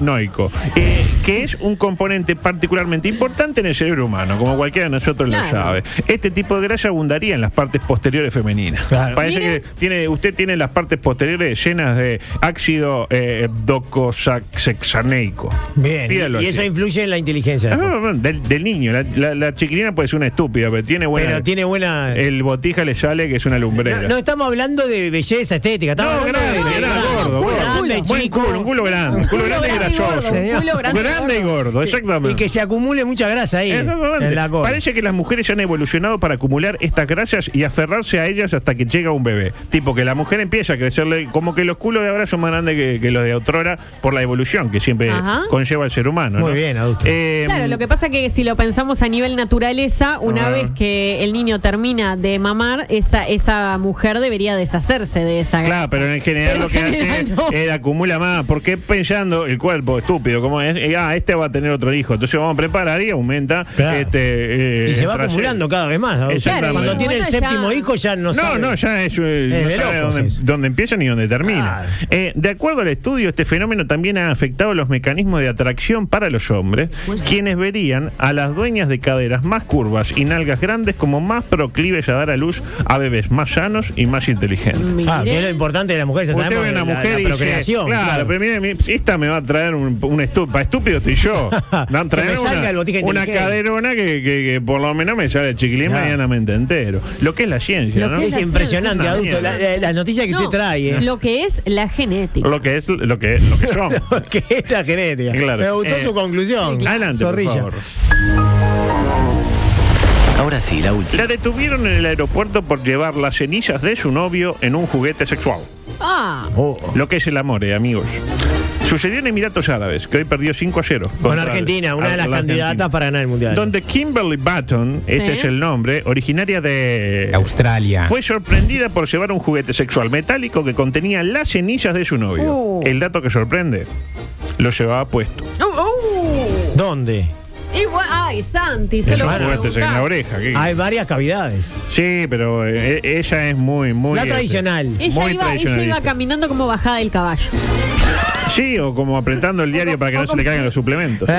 S12: noico, eh, que es un componente particularmente importante en el cerebro humano, como cualquiera de nosotros lo
S1: Claro.
S12: sabe. Este tipo de grasa abundaría en las partes posteriores femeninas.
S9: Claro.
S12: Parece
S1: Mire.
S12: que tiene, usted tiene las partes posteriores llenas de ácido eh, docosaxexaneico.
S9: Bien.
S12: Pídalo
S9: y- Y
S12: así.
S9: eso influye en la inteligencia.
S12: Ah, ah, ah, Del, del niño, la, la- la chiquilina puede ser una estúpida, pero tiene buena.
S9: Pero tiene buena.
S12: El botija le sale que es una lumbrera.
S9: No, no estamos hablando de belleza estética, estamos
S12: No,
S9: hablando
S12: grande,
S9: de.
S12: grande, gordo,
S1: culo,
S12: gordo.
S1: culo.
S12: Buen
S9: chico.
S12: culo, un culo grande, un culo
S1: culo
S12: grande y
S1: grande y gordo,
S12: grasoso.
S9: un culo
S1: grande y
S12: y
S1: gordo.
S12: gordo,
S9: Y
S12: exactamente.
S9: que se acumule mucha grasa ahí.
S12: Exactamente.
S9: En la cola.
S12: Parece que las mujeres han evolucionado para acumular estas grasas y aferrarse a ellas hasta que llega un bebé. tipo que la mujer empieza a crecerle, como que los culos de ahora son más grandes que, que los de otrora por la evolución que siempre
S1: Ajá.
S12: conlleva el ser humano.
S9: Muy
S12: ¿no?
S9: bien, adulto.
S12: Eh,
S1: Claro, lo que pasa es que si lo pensamos a nivel naturaleza, una
S12: Ah.
S1: vez que el niño termina de mamar, esa, esa mujer debería deshacerse de esa grasa.
S12: Claro, pero en general
S1: Pero
S12: lo que
S1: en general
S12: hace
S1: no.
S12: es eh, acumula más, porque pensando el cuerpo estúpido como es, eh, ah, este va a tener otro hijo, entonces vamos a preparar y aumenta
S9: Claro.
S12: este eh,
S9: Y se va
S12: el trasero.
S9: acumulando cada vez más. adulto.
S12: Exactamente.
S9: Cuando tiene el
S1: Bueno, ya-
S9: séptimo hijo ya no,
S12: No,
S9: sabe. Ah,
S12: no, ya es, eh,
S9: Es
S12: no
S9: de
S12: sabe
S9: locos
S12: dónde,
S9: eso.
S12: dónde empieza ni dónde termina.
S9: Claro.
S12: Eh, de acuerdo al estudio, este fenómeno también ha afectado los mecanismos de atracción para los hombres, quienes verían a las dueñas de caderas más curvas y nalgas grandes como más proclives a dar a luz a bebés más sanos y más inteligentes.
S9: Ah, que es lo importante de la mujer, ya
S12: Usted
S9: sabemos.
S12: ve una
S9: la- la
S12: mujer y dice,
S9: procreación.
S12: claro,
S9: claro.
S12: pero mire, mi- esta me va a traer un, un estúpido, para estúpido estoy yo. Van a
S9: Que
S12: traer
S9: me salga el
S12: una,
S9: botija
S12: una
S9: inteligente.
S12: caderona que, que- que por lo menos me sale el chiquilín
S9: Claro.
S12: medianamente entero. Lo que es la ciencia,
S1: Lo
S12: ¿no?
S1: que
S9: Es impresionante,
S12: Una
S9: adulto,
S12: mierda.
S9: la, eh, las noticias que
S1: No,
S9: usted trae. eh.
S1: Lo que es la genética.
S12: Lo que es lo que, lo que somos.
S9: que es la genética.
S12: Claro.
S9: Me gustó
S12: Eh,
S9: su conclusión.
S12: Adelante, por
S9: Zorrilla.
S12: favor.
S2: Ahora sí, la última.
S12: La detuvieron en el aeropuerto por llevar las cenizas de su novio en un juguete sexual.
S1: Ah,
S9: Oh.
S12: Lo que es el amor, eh, amigos. Sucedió en Emiratos Árabes, que hoy perdió 5 a 0.
S9: Con
S12: contra-
S9: Argentina, una de las
S12: la Argentina.
S9: candidatas para ganar el mundial.
S12: Donde Kimberly Button,
S1: Sí.
S12: este es el nombre, originaria de
S10: Australia.
S12: Fue sorprendida por llevar un juguete sexual metálico que contenía las cenizas de su novio.
S1: Oh.
S12: El dato que sorprende, lo llevaba puesto.
S1: Oh, oh.
S9: ¿Dónde?
S1: Igual, ay, Santi,
S12: Es
S1: se
S12: un
S1: lo voy a
S12: juguete en la
S1: preguntar.
S12: oreja. ¿qué?
S9: Hay varias cavidades.
S12: Sí, pero eh, ella es muy, muy.
S9: La
S12: este,
S9: tradicional.
S1: Ella
S12: muy
S1: iba, ella iba
S12: tradicionalista.
S1: caminando como bajada del caballo.
S12: Sí, o como apretando el diario para que no se le caigan los suplementos.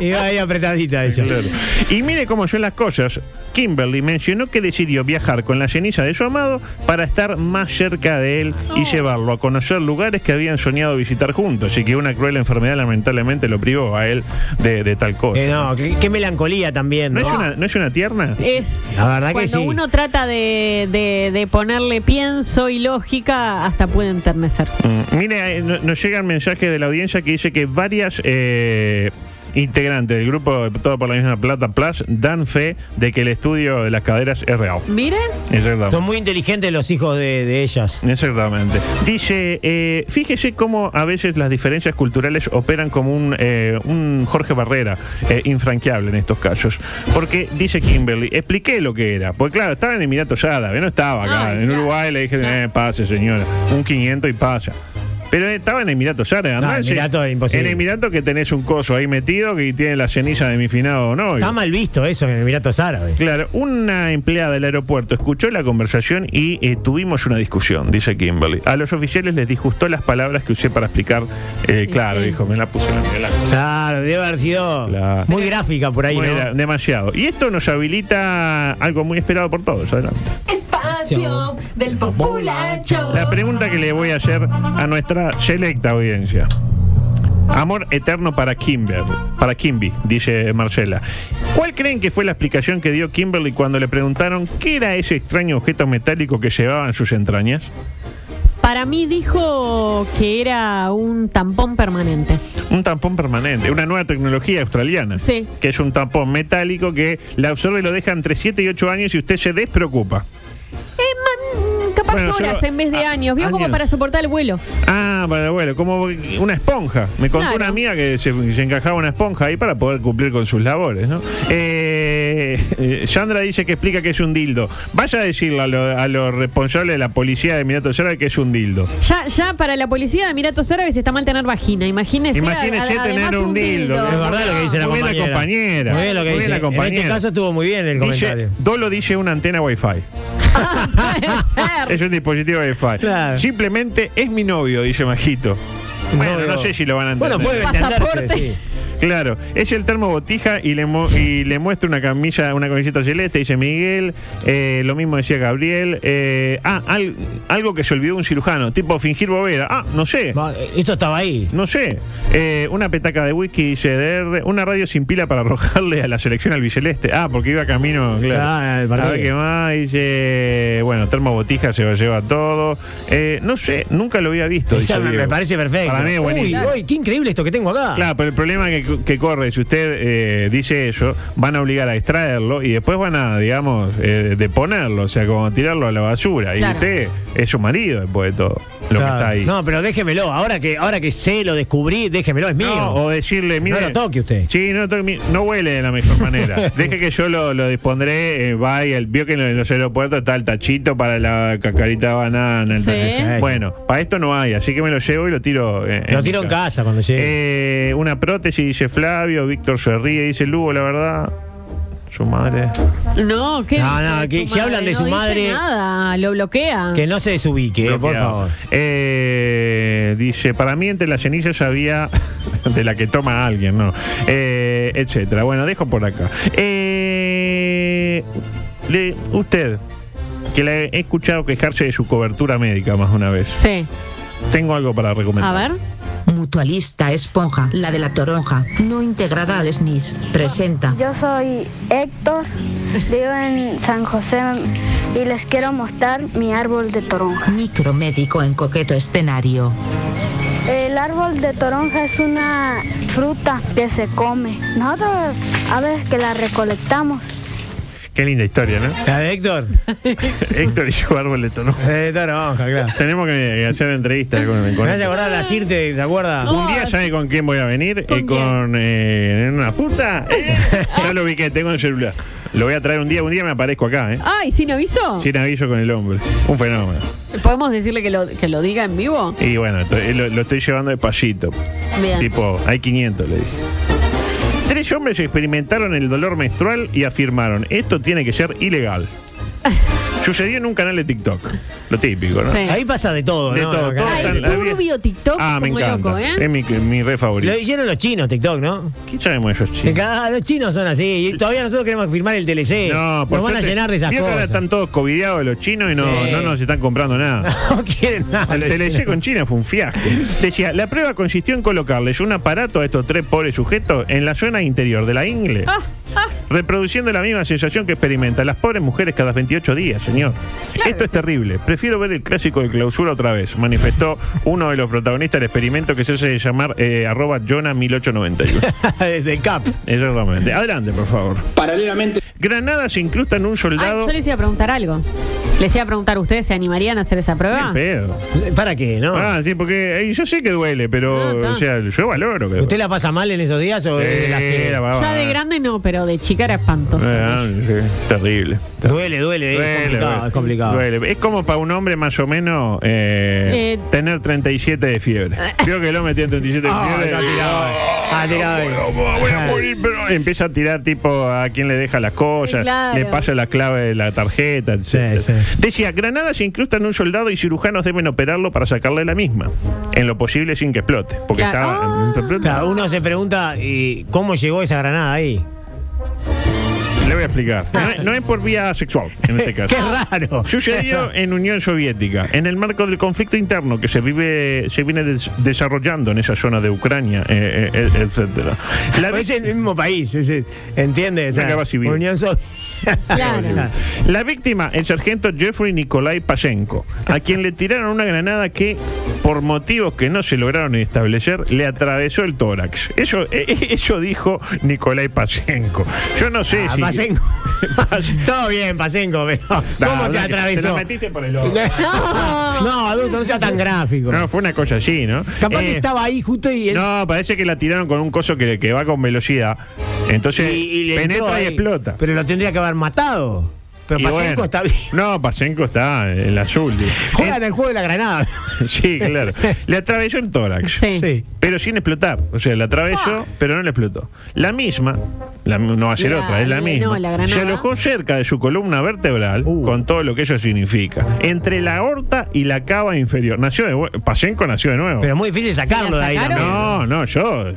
S9: Y va ahí apretadita ella.
S12: Claro. Y mire cómo son las cosas. Kimberly mencionó que decidió viajar con la ceniza de su amado para estar más cerca de él y llevarlo a conocer lugares que habían soñado visitar juntos. Y que una cruel enfermedad lamentablemente lo privó a él de, de tal cosa.
S9: Que no, qué, qué melancolía también.
S12: ¿No,
S9: Eh, ¿no?
S12: es una, ¿No es una tierna?
S1: Es
S9: La verdad que
S1: cuando
S9: sí.
S1: uno trata de, de- de ponerle pienso y lógica, hasta puede enternecer.
S12: Mm, Mire, eh, no- nos llegan mensajes de la audiencia que dice que varias eh, integrantes del grupo de Todo por la misma plata Plus dan fe de que el estudio de las caderas es real.
S1: Mire,
S12: Exactamente.
S9: Son muy inteligentes los hijos de, de ellas.
S12: Exactamente. Dice, eh, fíjese cómo a veces las diferencias culturales operan como un, eh, un Jorge Barrera eh, infranqueable en estos casos. Porque dice Kimberly, expliqué lo que era. Porque claro, estaba en Emiratos Árabes, no estaba acá.
S1: Ay,
S12: en
S1: claro,
S12: Uruguay le dije,
S1: claro.
S12: "Eh, pase señora, un 500 y pasa. Pero eh, estaba en Emiratos Árabes.
S9: No,
S12: andá en-
S9: Emiratos es imposible.
S12: En Emiratos que tenés un coso ahí metido que tiene la ceniza de mi finado novio.
S9: Está mal visto eso en Emiratos Árabes.
S12: Claro, una empleada del aeropuerto escuchó la conversación y eh, tuvimos una discusión, dice Kimberly. A los oficiales les disgustó las palabras que usé para explicar. eh,
S1: Y
S12: claro,
S1: sí.
S12: dijo, me la puse la me la-
S9: Claro, debe haber sido
S12: Claro.
S9: muy gráfica por ahí,
S12: Bueno,
S9: ¿no?
S12: era demasiado. Y esto nos habilita algo muy esperado por todos. Adelante.
S9: Espacio
S3: del
S9: populacho.
S12: La pregunta que le voy a hacer a nuestra selecta audiencia. Amor eterno para Kimber, para Kimby, dice Marcela. ¿Cuál creen que fue la explicación que dio Kimberly cuando le preguntaron qué era ese extraño objeto metálico que llevaba en sus entrañas?
S1: para mí dijo que era un tampón permanente.
S12: Un tampón permanente, una nueva tecnología australiana.
S1: Sí.
S12: Que es un tampón metálico que la absorbe y lo deja entre 7 y 8 años y usted se despreocupa.
S1: Eh, man, capaz
S12: Bueno, yo-
S1: horas en vez de
S9: ah,
S12: a-
S1: años. Vio como
S12: años.
S1: para soportar el vuelo.
S12: Ah, para bueno, como una esponja. Me contó
S1: Claro.
S12: una amiga que se, se encajaba una esponja ahí para poder cumplir con sus labores, ¿no? Eh, eh, Sandra dice que explica que es un dildo. Vaya a decirle a los responsables de la policía de Emiratos Árabes que es un dildo.
S1: Ya, ya para la policía de Emiratos Árabes está mal tener vagina. Imagínese,
S12: Imagínese
S1: a- a-
S12: tener
S1: además
S12: un dildo.
S9: Es verdad lo que dice la
S12: Muy bien
S9: compañera.
S12: compañera.
S9: Muy bien lo que
S12: Muy bien
S9: dice.
S12: la
S9: En
S12: compañera.
S9: este caso estuvo muy bien el comentario.
S12: Dice, Dolo dice una antena Wi-Fi.
S1: Puede ser.
S12: Es un dispositivo Wi-Fi.
S9: Claro.
S12: Simplemente es mi novio, dice Majito. Bueno,
S9: Novio.
S12: no sé si lo van a entender.
S9: Bueno, puede
S1: Pasaporte.
S9: entenderse, sí.
S12: Claro, es el termo botija y le, mo- y le muestra una camisa, una camiseta celeste, dice Miguel, eh, lo mismo decía Gabriel, eh, ah, al- algo que se olvidó un cirujano, tipo fingir bobera, ah, no sé,
S9: Va, eh, Esto estaba ahí.
S12: no sé, Eh, una petaca de whisky, dice DR, una radio sin pila para arrojarle a la selección albiceleste, ah, porque iba camino, claro,
S9: Ah, el partido.
S12: a ver qué más, dice, bueno, termo botija se lo lleva todo, Eh, no sé, nunca lo había visto,
S9: Ya
S12: dice
S9: me, me
S12: Diego.
S9: parece perfecto.
S12: Para mí es buenísimo.
S9: Uy, uy, qué increíble esto que tengo acá.
S12: Claro, pero el problema es que que corre, si usted eh, dice eso, van a obligar a extraerlo y después van a, digamos, eh, deponerlo, o sea, como tirarlo a la basura. Y
S1: Claro.
S12: usted es su marido después de todo lo que
S9: Claro.
S12: está ahí.
S9: No, pero déjemelo. Ahora que, ahora que sé, lo descubrí, déjemelo, es mío.
S12: No, o decirle, mire.
S9: No lo toque usted.
S12: Sí, no, lo toque, mi- no huele de la mejor manera. Deje que yo lo, lo dispondré. eh, va y el, vio que en los- en los aeropuertos está el tachito para la cacarita de banana. el
S1: Sí.
S12: tachito. Bueno, para esto no hay, así que me lo llevo y lo tiro. eh,
S9: Lo
S12: mi
S9: tiro en casa cuando llegue.
S12: Eh, una prótesis, dice Flavio. Víctor se ríe, dice Lugo, la verdad. Su madre.
S1: No, ¿qué
S9: No,
S1: dice
S9: no,
S1: de
S9: que
S1: su
S9: si hablan de
S1: no
S9: su
S1: dice
S9: madre-
S1: nada, lo bloquea.
S9: Que no se desubique, eh, por
S12: Bloqueado.
S9: favor.
S12: Eh, dice, para mí entre las cenizas había de la que toma alguien, ¿no? Eh, etcétera. Bueno, dejo por acá. Eh, le- usted, que la he escuchado quejarse de su cobertura médica más de una vez.
S1: Sí.
S12: Tengo algo para recomendar.
S1: A ver.
S7: Mutualista Esponja, la de la toronja, no integrada al SNIS, presenta.
S10: Yo soy Héctor, vivo en San José y les quiero mostrar mi árbol de toronja.
S7: Micromédico en coqueto escenario.
S10: El árbol de toronja es una fruta que se come. Nosotros a veces que la recolectamos.
S12: Qué linda historia, ¿no?
S9: ¿La de Héctor? Eh,
S12: Héctor y yo, árbol de toronja.
S9: De toronja, claro.
S12: Tenemos que hacer entrevistas con, este con
S9: Me hace
S12: esto.
S9: acordar a la Cirte, ¿se acuerda?
S12: Un día, ¿sabe con quién voy a venir? Eh, ¿Con, eh, una puta? Eh, ya lo ubiqué, tengo el celular. Lo voy a traer un día, un día me aparezco acá, ¿eh?
S1: Ay, ¿sí no avisó?
S12: Sin aviso con el hombre. Un fenómeno.
S1: ¿Podemos decirle que lo, que lo diga en vivo?
S12: Y bueno, to- eh, lo, lo estoy llevando de payito.
S1: Bien.
S12: Tipo, hay 500, le dije. Tres hombres experimentaron el dolor menstrual y afirmaron, esto tiene que ser ilegal. Sucedió en un canal de TikTok. Lo típico, ¿no?
S1: Sí.
S9: Ahí pasa de todo,
S12: De
S9: Oh, ¿no?
S12: todo,
S9: Acá.
S12: todo
S1: Ay,
S12: está en la vida.
S1: turbio TikTok
S12: Ah, me
S1: como
S12: encanta.
S1: loco, ¿eh?
S12: Es mi, mi re favorito.
S9: Lo hicieron los chinos, TikTok, ¿no?
S12: ¿Qué sabemos de esos chicos?
S9: Ah, los chinos son así. Y todavía nosotros queremos firmar el TLC.
S12: No, por
S9: Nos van a
S12: suerte,
S9: llenar de esas
S12: mirá que ahora
S9: cosas.
S12: están todos covideados los chinos y no,
S9: Sí.
S12: no nos están comprando nada.
S9: No quieren nada.
S12: El TLC con China fue un fiasco. Decía, la prueba consistió en colocarles un aparato a estos tres pobres sujetos en la zona interior de la ingle,
S1: Ah,
S12: reproduciendo la misma sensación que experimentan las pobres mujeres cada 28 días, señor. Esto es terrible. Prefiero ver el clásico de clausura otra vez, manifestó uno de los protagonistas del experimento que se hace llamar eh, arroba Jonah 1891.
S9: Del CAP.
S12: Exactamente. Adelante, por favor.
S6: Paralelamente,
S12: Granada se incrusta en un
S1: Ay,
S12: soldado.
S1: yo les iba a preguntar algo. Les iba a preguntar, ¿ustedes se animarían a hacer esa prueba?
S12: Ni en pedo.
S9: ¿Para qué, no?
S12: Ah, sí, porque eh, yo sé que duele,
S1: Ah,
S12: pero
S1: está.
S12: o sea, yo valoro. Que
S9: ¿Usted la pasa mal en esos días o es de las que-
S12: Eh, la pava.
S1: Ya de grande no, pero de chica era espantoso.
S12: Eh, ah, sí, Terrible.
S9: Duele, duele, es complicado,
S12: duele.
S9: es complicado.
S12: Duele. Es como para un hombre más o menos eh,
S1: Eh.
S12: tener 37 de fiebre. Creo que el hombre tiene 37 de
S9: Ah,
S12: fiebre.
S9: está tirado ahí. Ah, tirado ahí.
S12: Voy a morir, pero empieza a tirar tipo a quien le deja las cosas,
S1: Sí, claro.
S12: le pasa la clave de la tarjeta,
S9: Sí,
S12: etc.
S9: sí.
S12: Decía, Granada se incrusta en un soldado y cirujanos deben operarlo para sacarle la misma, en lo posible sin que explote, porque
S1: Claro.
S12: estaba...
S9: Claro, uno se pregunta ¿y cómo llegó esa granada ahí.
S12: Le voy a explicar. No, es- no es por vía sexual, en este caso.
S9: Qué raro.
S12: Sucedió en Unión Soviética, en el marco del conflicto interno que se vive, se viene des- desarrollando en esa zona de Ucrania, eh, eh, eh, etcétera. La
S9: es en el mismo país, es- es- ¿entiendes?
S12: Una guerra civil.
S9: Unión
S1: Claro.
S9: Soviética.
S12: La víctima, el sargento Jeffrey Nikolai Pashenko, a quien le tiraron una granada que, por motivos que no se lograron establecer, le atravesó el tórax. Eso, eh, eh, eso dijo Nikolai Pashenko. Yo no sé
S9: Ah,
S12: si.
S9: Pasenco. Todo bien, Pasenco, pero
S12: Nah,
S9: ¿cómo te
S12: habla que Te lo
S9: atravesó?
S12: metiste por el ojo.
S9: No, adulto, no sea tan gráfico.
S12: No, fue una cosa así, ¿no?
S9: Capaz
S12: Eh,
S9: que estaba ahí justo y... el-
S12: No, parece que la tiraron con un coso que, que va con velocidad. Entonces
S9: y- y le entró
S12: penetra y
S9: ahí.
S12: explota.
S9: Pero lo tendría que haber matado. Pero
S12: Y
S9: Pasenco
S12: bueno.
S9: está bien.
S12: No, Pasenco está en el azul. Eh,
S9: Juegan el juego de la granada.
S12: sí, claro. Le atravesó el tórax.
S1: Sí. Ah.
S9: Sí.
S12: Pero sin explotar. O sea, la atravesó, pero no le explotó. La misma, la- no va a ser
S1: La-
S12: otra, es la
S1: no,
S12: misma.
S1: la granada.
S12: se alojó cerca de su columna vertebral,
S9: Uh.
S12: con todo lo que eso significa. Entre la aorta y la cava inferior. Nació de vuel- Pasenco nació de nuevo.
S9: Pero es muy difícil sacarlo de ahí
S1: sacaron?
S9: también.
S12: No, no, yo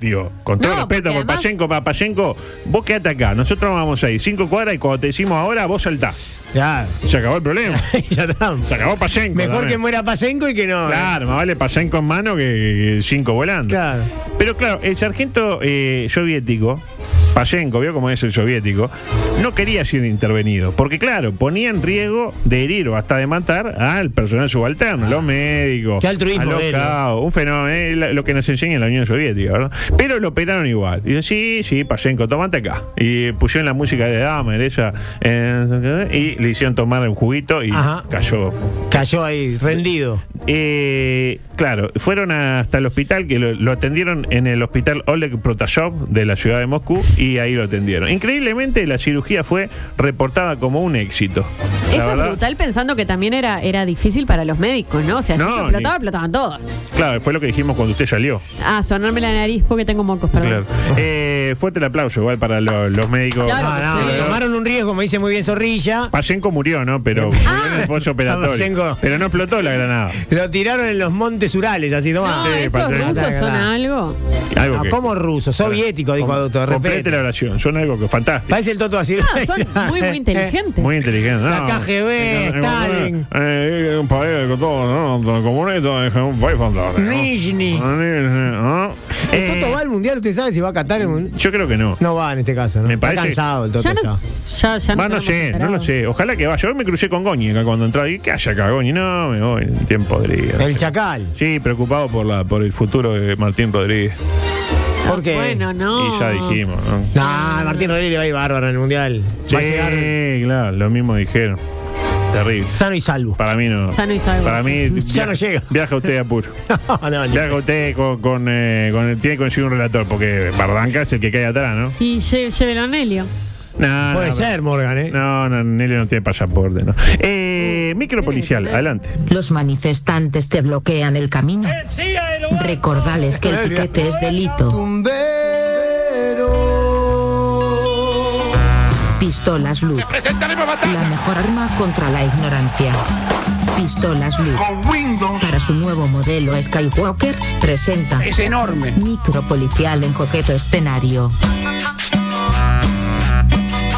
S12: digo, con todo
S1: No,
S12: respeto
S1: porque
S12: por
S1: además-
S12: Payenco, para Payenco, vos quedate acá, nosotros vamos ahí, cinco cuadras y cuando te decimos ahora, vos saltás.
S9: Ya,
S12: Se acabó el problema.
S9: ya está.
S12: Se acabó Payenco.
S9: Mejor que
S12: también.
S9: muera Pasenco y que no. ¿eh?
S12: Claro, más vale Payenco en mano que, que cinco volando.
S9: Claro.
S12: Pero claro, el sargento eh, soviético Pashenko, vio cómo es el soviético, no quería ser intervenido, porque claro, ponía en riesgo de herir o hasta de matar al personal subalterno, los médicos,
S9: Ah. Qué altruismo
S12: a los
S9: de él, ¿no?
S12: caos, un fenómeno, es la- lo que nos enseña la Unión Soviética, ¿verdad? Pero lo operaron igual. Y dice, sí, sí, Pashenko, tomate acá. Y pusieron la música de Dahmer, esa, eh, y le hicieron tomar un juguito y
S9: Ajá.
S12: cayó
S9: Cayó ahí, rendido.
S12: eh, claro, fueron hasta el hospital, que lo, lo atendieron en el hospital Oleg Protashov de la ciudad de Moscú y ahí lo atendieron. Increíblemente la cirugía fue reportada como un éxito. La
S1: Eso es
S12: verdad,
S1: brutal pensando que también era, era difícil para los médicos, ¿no? O sea, si
S12: No,
S1: yo explotaba,
S12: ni-
S1: explotaban todos.
S12: Claro, fue lo que dijimos cuando usted salió.
S1: Ah, sonarme la nariz porque tengo mocos, perdón.
S12: Claro. Eh, fuerte el aplauso igual para lo- los médicos.
S1: Claro que
S9: Ah,
S1: sí.
S9: tomaron un riesgo, me dice muy bien Zorrilla.
S12: Pashenko murió, ¿no? Pero murió
S9: Ah.
S12: en el postoperatorio.
S9: Pashenko.
S12: Pero no explotó la granada.
S9: Lo tiraron en los montes Urales, así
S1: No,
S9: tomá.
S1: Ah, esos
S12: Pashenko.
S1: rusos son algo.
S12: Algo
S9: Ah,
S12: que-
S9: ¿Cómo ruso? Soviético, dijo doctor.
S12: Complete
S9: Respete.
S12: la oración. Son algo que fantástico.
S9: Parece el Toto así.
S1: Ah, son muy, muy inteligentes.
S12: Muy inteligente, ¿no?
S9: Este. La KGB,
S12: Eh, eh,
S9: Stalin.
S12: eh, eh, un país con todo, ¿no? Comunista, es un país fantástico. ¿no? Ah,
S9: Nizhny.
S12: ¿no?
S9: ¿El
S12: Eh,
S9: Toto va al mundial? ¿Usted sabe si va a Qatar el mundial?
S12: yo creo que no.
S9: No va en este caso, ¿no?
S12: Me
S9: Está
S12: parece-
S9: cansado el Toto
S1: Ya no,
S9: ya.
S1: ya, ya
S12: Va, no
S1: tenemos
S12: sé, no
S1: esperado.
S12: lo sé. Ojalá que vaya. Hoy me crucé con Goñi acá cuando entraba. Dije, ¿Qué hay acá, Goñi? No, me voy. Tiempo Rodríguez.
S9: El Chacal.
S12: Sí, preocupado por, la, por el futuro de Martín Rodríguez.
S9: ¿Por qué?
S1: Ah, Bueno, no.
S12: Y ya dijimos, ¿no?
S9: Nah, Martín Rodríguez va a ir bárbaro en el mundial.
S12: Sí,
S9: Va a llegar
S12: claro, lo mismo dijeron. Terrible.
S9: sano y salvo.
S12: Para mí no.
S1: Sano y salvo.
S12: Para mí.
S9: Ya no llega.
S12: Viaja usted a puro.
S9: No, no, ni-
S12: Viaja usted con. con, eh, con el- tiene que conseguir un relator, porque Barranca es el que cae atrás, ¿no?
S1: Y lle- llévelo a Nelio.
S12: No,
S9: Puede
S12: no,
S9: ser, Morgan, ¿eh?
S12: No, no, Nelly no tiene pasaporte, ¿no? Eh, micropolicial, adelante.
S7: Los manifestantes te bloquean el camino. Recordales que el piquete es delito. Pistolas luz. La mejor arma contra la ignorancia. Pistolas luz. Para su nuevo modelo Skywalker, presenta
S6: Es enorme.
S7: Micropolicial en coqueto escenario.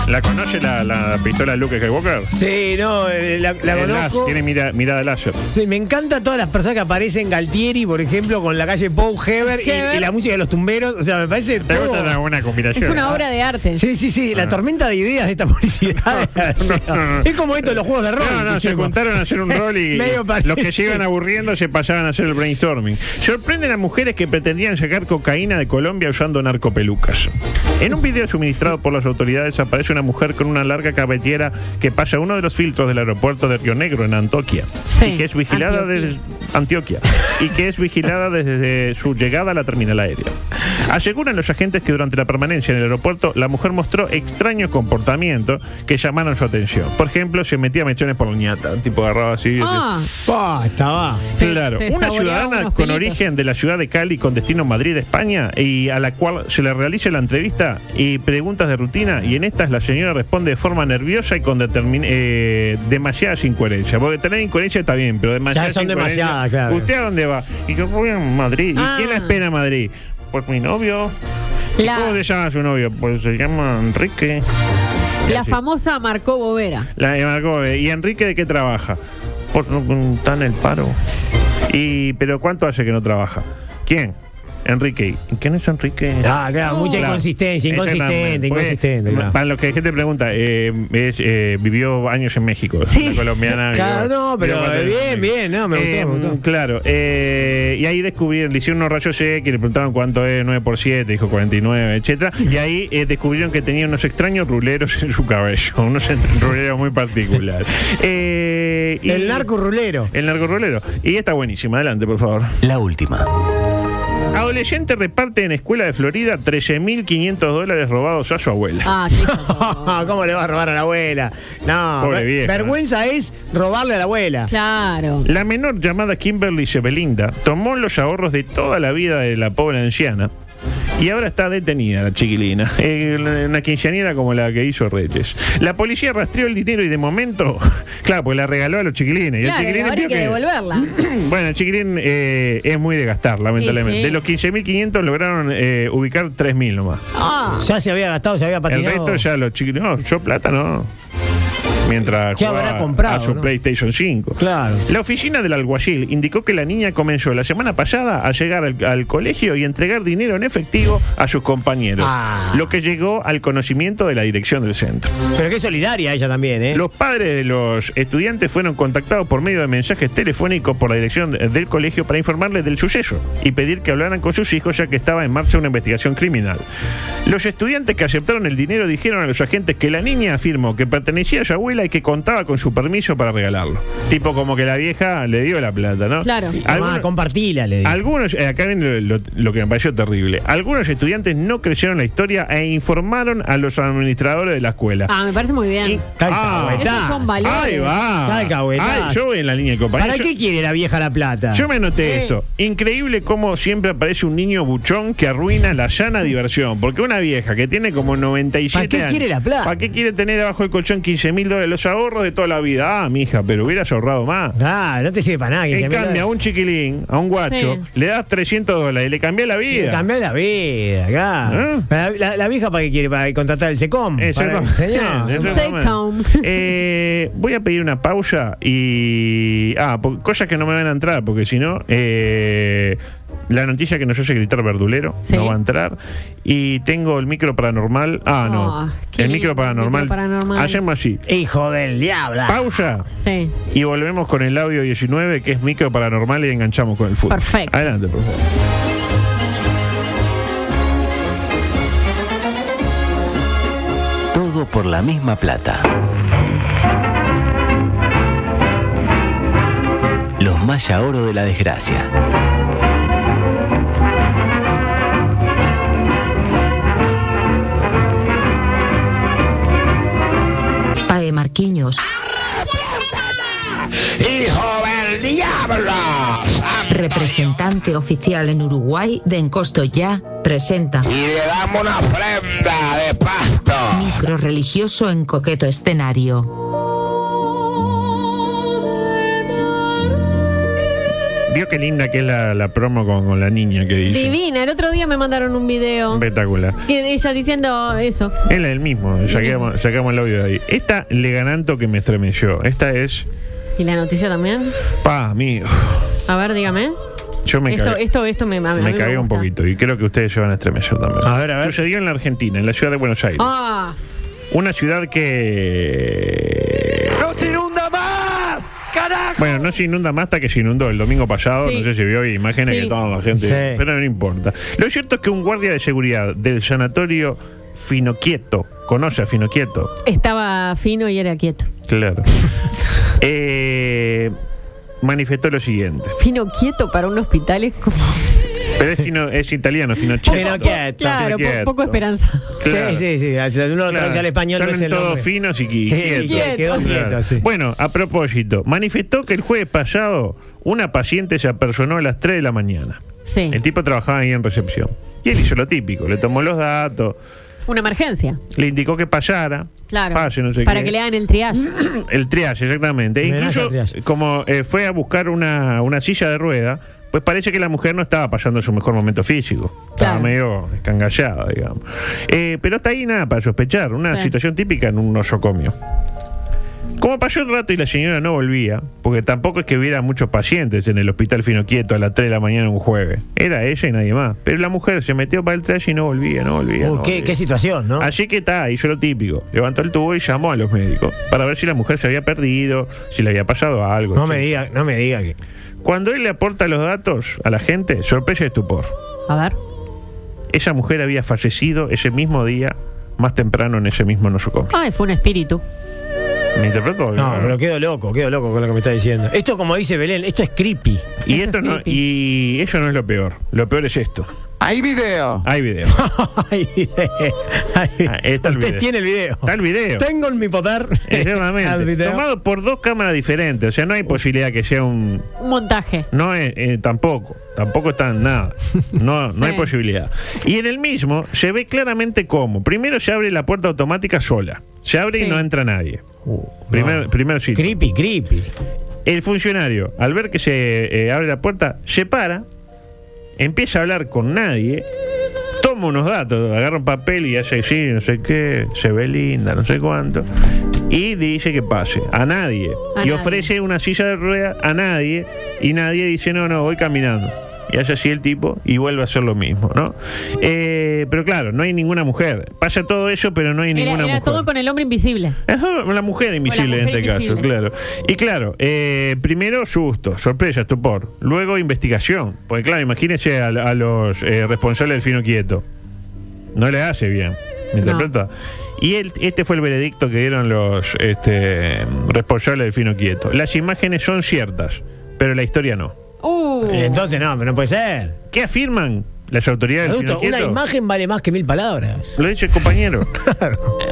S12: ¿La conoce la, la pistola Luke Skywalker?
S9: Sí, no, eh, la, la
S12: Es láser,
S9: conozco.
S12: Tiene mira- mirada láser.
S9: Sí, me encantan todas las personas que aparecen Galtieri, por ejemplo, con la calle Pou Heber y,
S1: Heber.
S9: y la música de los tumberos. O sea, me parece
S12: ¿Te
S9: todo.
S12: gusta Ah. alguna combinación?
S1: Es una obra de arte.
S9: Sí, sí, sí, la tormenta de ideas de esta publicidad. O sea, es como esto de los juegos de rol.
S12: No, no, se
S9: Guillermo.
S12: juntaron a hacer un rol y
S9: Medio
S12: los
S9: parece.
S12: que se iban aburriendo se pasaban a hacer el brainstorming. Sorprenden a mujeres que pretendían sacar cocaína de Colombia usando narcopelucas. En un video suministrado por las autoridades aparece una mujer con una larga cabellera que pasa uno de los filtros del aeropuerto de Río Negro en Antoquia
S1: Sí,
S12: y que es vigilada desde Antioquia y que es vigilada desde su llegada a la terminal aérea. Aseguran los agentes que durante la permanencia en el aeropuerto la mujer mostró extraños comportamientos que llamaron su atención. Por ejemplo, se metía mechones por la ñata, tipo agarraba así.
S1: Ah,
S9: Pa, estaba.
S1: se-
S12: claro,
S1: se
S12: una
S1: saboreaba
S12: ciudadana
S1: unos
S12: con
S1: pelitos.
S12: origen de la ciudad de Cali con destino Madrid, España, y a la cual se le realiza la entrevista y preguntas de rutina, y en estas la señora responde de forma nerviosa y con determin eh, demasiadas incoherencias. Porque tener incoherencia está bien, pero demasiadas
S9: son
S12: incoherencias-
S9: demasiadas, claro.
S12: ¿Usted a dónde va? Y yo voy a Madrid. ¿Y
S1: Ah.
S12: quién la espera a Madrid? Pues mi novio. ¿Y
S1: La-
S12: ¿Cómo se llama su novio? Pues se llama Enrique. Y
S1: La
S12: así.
S1: famosa Marcó Bovera.
S12: La de Marco, eh, ¿Y Enrique de qué trabaja? Pues no está en el paro. ¿Y pero cuánto hace que no trabaja? ¿Quién? Enrique. ¿Y quién es Enrique?
S9: Ah, claro, mucha
S12: Claro.
S9: inconsistencia, inconsistente,
S12: Exactamente. Porque,
S9: inconsistente. claro.
S12: Para lo que la gente pregunta, eh, es, eh, vivió años en México.
S1: Sí.
S12: la colombiana.
S9: Claro, no, pero
S12: cuatro años
S9: bien,
S12: en México.
S9: bien, no, me gustó,
S12: Eh,
S9: me gustó.
S12: Claro. eh, y ahí descubrieron, le hicieron unos rayos X, le preguntaron cuánto es 9 por 7, dijo 49, etcétera Y ahí eh, descubrieron que tenía unos extraños ruleros en su cabello, unos ruleros muy particulares. Eh, y-
S9: El narco rulero.
S12: El narco rulero. Y está buenísima, adelante, por favor.
S2: La última.
S12: Adolescente reparte en escuela de Florida 13.500 dólares robados a su abuela.
S1: Ah, qué horror.
S9: ¿Cómo le va a robar a la abuela? No,
S12: Pobre
S9: ver-
S12: vieja.
S9: vergüenza es robarle a la abuela.
S1: claro.
S12: La menor llamada Kimberly Sebelinda tomó los ahorros de toda la vida de la pobre anciana y ahora está detenida la chiquilina. Eh, una quinceañera como la que hizo Reyes. La policía rastreó el dinero y de momento, claro, pues la regaló a los chiquilines. Y el
S1: Claro, y
S12: chiquilín
S1: ahora hay
S12: vio
S1: que devolverla.
S12: bueno, el chiquilín eh, es muy de gastar, lamentablemente.
S1: sí.
S12: De los 15.500 lograron eh, ubicar 3.000 nomás.
S1: Ah,
S9: Ya se había gastado, se había
S12: El
S9: patinado.
S12: resto ya los chiquilines. No, yo plata no. mientras
S9: ¿Qué
S12: jugaba
S9: habrá comprado,
S12: a su
S9: no?
S12: PlayStation 5.
S9: Claro.
S12: La oficina del alguacil indicó que la niña comenzó la semana pasada a llegar al, al colegio y entregar dinero en efectivo a sus compañeros,
S9: Ah.
S12: lo que llegó al conocimiento de la dirección del centro.
S9: Pero qué solidaria ella también, ¿eh?
S12: Los padres de los estudiantes fueron contactados por medio de mensajes telefónicos por la dirección de- del colegio para informarles del suceso y pedir que hablaran con sus hijos ya que estaba en marcha una investigación criminal. Los estudiantes que aceptaron el dinero dijeron a los agentes que la niña afirmó que pertenecía a su abuela y que contaba con su permiso para regalarlo. Tipo como que la vieja le dio la plata, ¿no?
S1: Claro.
S9: Mamá,
S12: Algunos-
S9: compartila, le digo.
S12: algunos, eh, acá viene lo, lo- lo que me pareció terrible. Algunos estudiantes no creyeron la historia e informaron a los administradores de la escuela.
S1: Ah, me parece muy bien.
S9: Tal
S12: Ah,
S9: cagüetazo.
S1: esos son valores.
S12: Ahí va.
S9: Tal cagüetazo.
S12: Ay, yo voy en la línea de compañía.
S9: ¿Para
S12: Yo-
S9: qué quiere la vieja la plata?
S12: Yo me anoté
S9: ¿Eh?
S12: esto. Increíble cómo siempre aparece un niño buchón que arruina la llana diversión. Porque una vieja que tiene como
S9: ¿Para
S12: 97
S9: qué
S12: años,
S9: quiere la plata?
S12: ¿Para qué quiere tener abajo el colchón 15 mil dólares los ahorros de toda la vida? Ah, mija, pero hubieras ahorrado más.
S9: Ah, no te sirve para nada. que se
S12: En
S9: me
S12: cambio, a un chiquilín, a un guacho,
S1: Sí.
S12: le das 300 dólares y le cambias la vida.
S9: Le cambié la vida, acá.
S12: ¿Eh?
S9: La, la- la vieja para qué quiere, para contratar el SECOM.
S12: Eh,
S9: Para-
S12: Sergio-
S9: señor.
S12: Bien,
S1: Sergio
S12: Sergio
S1: Calm.
S12: Calm. Eh, voy a pedir una pausa y. Ah, po- cosas que no me van a entrar, porque si no. eh, la noticia que nos hace gritar verdulero
S1: Sí.
S12: no va a entrar. Y tengo el micro paranormal. Ah,
S1: Ah,
S12: no.
S1: qué
S12: El
S1: lindo,
S12: micro paranormal.
S1: micro paranormal.
S12: Hacemos así.
S9: Hijo del diablo.
S12: Pausa
S1: Sí.
S12: y volvemos con el audio 19, que es micro paranormal, y enganchamos con el fútbol.
S1: Perfecto.
S12: Adelante, por favor.
S2: Todo por la misma plata. Los Maya Oro de la Desgracia.
S7: Pae Marquiños.
S6: ¡Hijo del diablo!
S7: Representante oficial en Uruguay de Encosto Ya, presenta.
S12: Mm.
S6: Y le damos una ofrenda de pasto.
S7: Micro religioso en coqueto escenario.
S12: Vio qué linda que es la, la promo con, con la niña que dice.
S1: Divina. El otro día me mandaron un video
S12: Espectacular.
S1: que de ella diciendo eso.
S12: Él es el mismo, sacamos, sacamos el audio de ahí. Esta le gananto que me estremeció. Esta es.
S1: ¿Y la noticia también?
S12: Pa, mi.
S1: A ver, dígame.
S12: Yo me
S1: esto,
S12: cagué.
S1: esto, esto me a mí
S12: me cagué un
S1: gusta.
S12: poquito y creo que ustedes se van a estremecer también.
S9: A ver, a ver.
S12: Sucedió en la Argentina, en la ciudad de Buenos Aires.
S1: Ah,
S12: Una ciudad que.
S9: ¡No se inunda más! ¡Carajo!
S12: Bueno, no se inunda más hasta que se inundó el domingo pasado.
S1: Sí.
S12: No sé si vio imágenes
S1: Sí.
S12: que toda la gente.
S9: Sí.
S12: Pero no importa. Lo cierto es que un guardia de seguridad del sanatorio Finoquieto, conoce a Finoquieto,
S1: estaba fino y era quieto.
S12: Claro. Eh, manifestó lo siguiente.
S1: Fino quieto para un hospital es como.
S12: Pero es, fino- es italiano, Finochetti.
S9: Pero quieto.
S1: Claro, po-
S12: quieto.
S1: poco esperanza.
S12: Claro.
S9: Sí, sí, sí. Hace- Uno
S12: Claro.
S9: traduce al español
S12: Son
S9: no es el
S12: todos
S9: nombre.
S12: finos y
S9: Sí,
S12: qui- quietos.
S1: quieto.
S9: Quedó
S12: Claro.
S9: quieto, sí.
S12: Bueno, a propósito, manifestó que el jueves pasado una paciente se apersonó a las 3 de la mañana.
S1: Sí.
S12: El tipo trabajaba ahí en recepción. Y él hizo lo típico, le tomó los datos,
S1: Una emergencia.
S12: le indicó que pasara.
S1: Claro.
S12: Pase, Ah, no sé
S1: para
S12: qué.
S1: que le hagan el triage.
S12: El triage, exactamente. E
S9: Homenaje
S12: incluso,
S9: al triage.
S12: como eh, fue a buscar una, una silla de rueda, pues parece que la mujer no estaba pasando su mejor momento físico.
S1: Claro.
S12: Estaba medio escangallada, digamos. Eh, pero hasta ahí nada para sospechar. Una
S1: Sí.
S12: situación típica en un nosocomio. Como pasó el rato y la señora no volvía, porque tampoco es que hubiera muchos pacientes en el hospital Finoquieto a las 3 de la mañana un jueves. Era ella y nadie más. Pero la mujer se metió para el triage y no volvía, no volvía.
S9: Uy,
S12: no
S9: Uh, qué,
S12: volvía.
S9: qué situación, ¿no?
S12: Así que está, hizo lo típico. Levantó el tubo y llamó a los médicos para ver si la mujer se había perdido, si le había pasado algo.
S9: No
S12: etc.
S9: me diga, no me diga que.
S12: Cuando él le aporta los datos a la gente, sorpresa y estupor.
S1: A ver.
S12: Esa mujer había fallecido ese mismo día, más temprano en ese mismo nosocomio.
S1: Ay, fue un espíritu.
S12: ¿Me interpreto?
S9: No, pero quedo loco, quedo loco con lo que me está diciendo. Esto, como dice Belén, esto es creepy.
S12: y, esto no,
S1: creepy.
S12: y eso no es lo peor. Lo peor es esto.
S8: Hay video.
S12: Hay video.
S9: Ay, ay,
S12: Ah, está el
S9: Usted
S12: video.
S9: tiene el video.
S12: Está el video.
S9: Tengo en mi poder. al
S12: Exactamente.
S9: video.
S12: Tomado por dos cámaras diferentes. O sea, no hay posibilidad que sea un,
S1: Un montaje.
S12: No, eh, eh, tampoco. Tampoco está en nada. No,
S1: Sí.
S12: no hay posibilidad. Y en el mismo se ve claramente cómo. Primero se abre la puerta automática sola. Se abre y
S1: Sí.
S12: no entra nadie. primer,
S9: No.
S12: primer sitio.
S9: Creepy, creepy.
S12: El funcionario, al ver que se eh, abre la puerta, se para, empieza a hablar con nadie, toma toma unos datos, agarra un papel y hace sí, no sé qué, se ve linda, no sé cuánto. Y dice que pase, a nadie.
S1: A
S12: y
S1: nadie.
S12: ofrece una silla de ruedas a nadie. Y nadie dice, no, no, voy caminando. Y hace así el tipo y vuelve a hacer lo mismo, ¿no? Eh, pero claro, no hay ninguna mujer. Pasa todo eso, pero no hay
S1: Era,
S12: ninguna
S1: era
S12: mujer.
S1: todo con el hombre invisible.
S12: Ajá, La mujer invisible
S1: O la mujer
S12: en este
S1: invisible.
S12: caso, claro. Y claro, eh, primero susto, sorpresa, estupor. Luego investigación. Porque claro, imagínense a, a los eh, responsables del fino quieto. No le hace bien. ¿Me
S14: No.
S12: interpreta? Y el- este fue el veredicto que dieron los este, responsables del fino quieto. Las imágenes son ciertas, pero la historia no.
S15: Uh.
S1: Uh.
S12: Eh,
S9: Entonces no, pero no puede ser.
S12: ¿Qué afirman las autoridades del
S9: Adulto,
S12: fino
S9: una
S12: quieto?
S9: imagen vale más que mil palabras.
S12: Lo dice el compañero.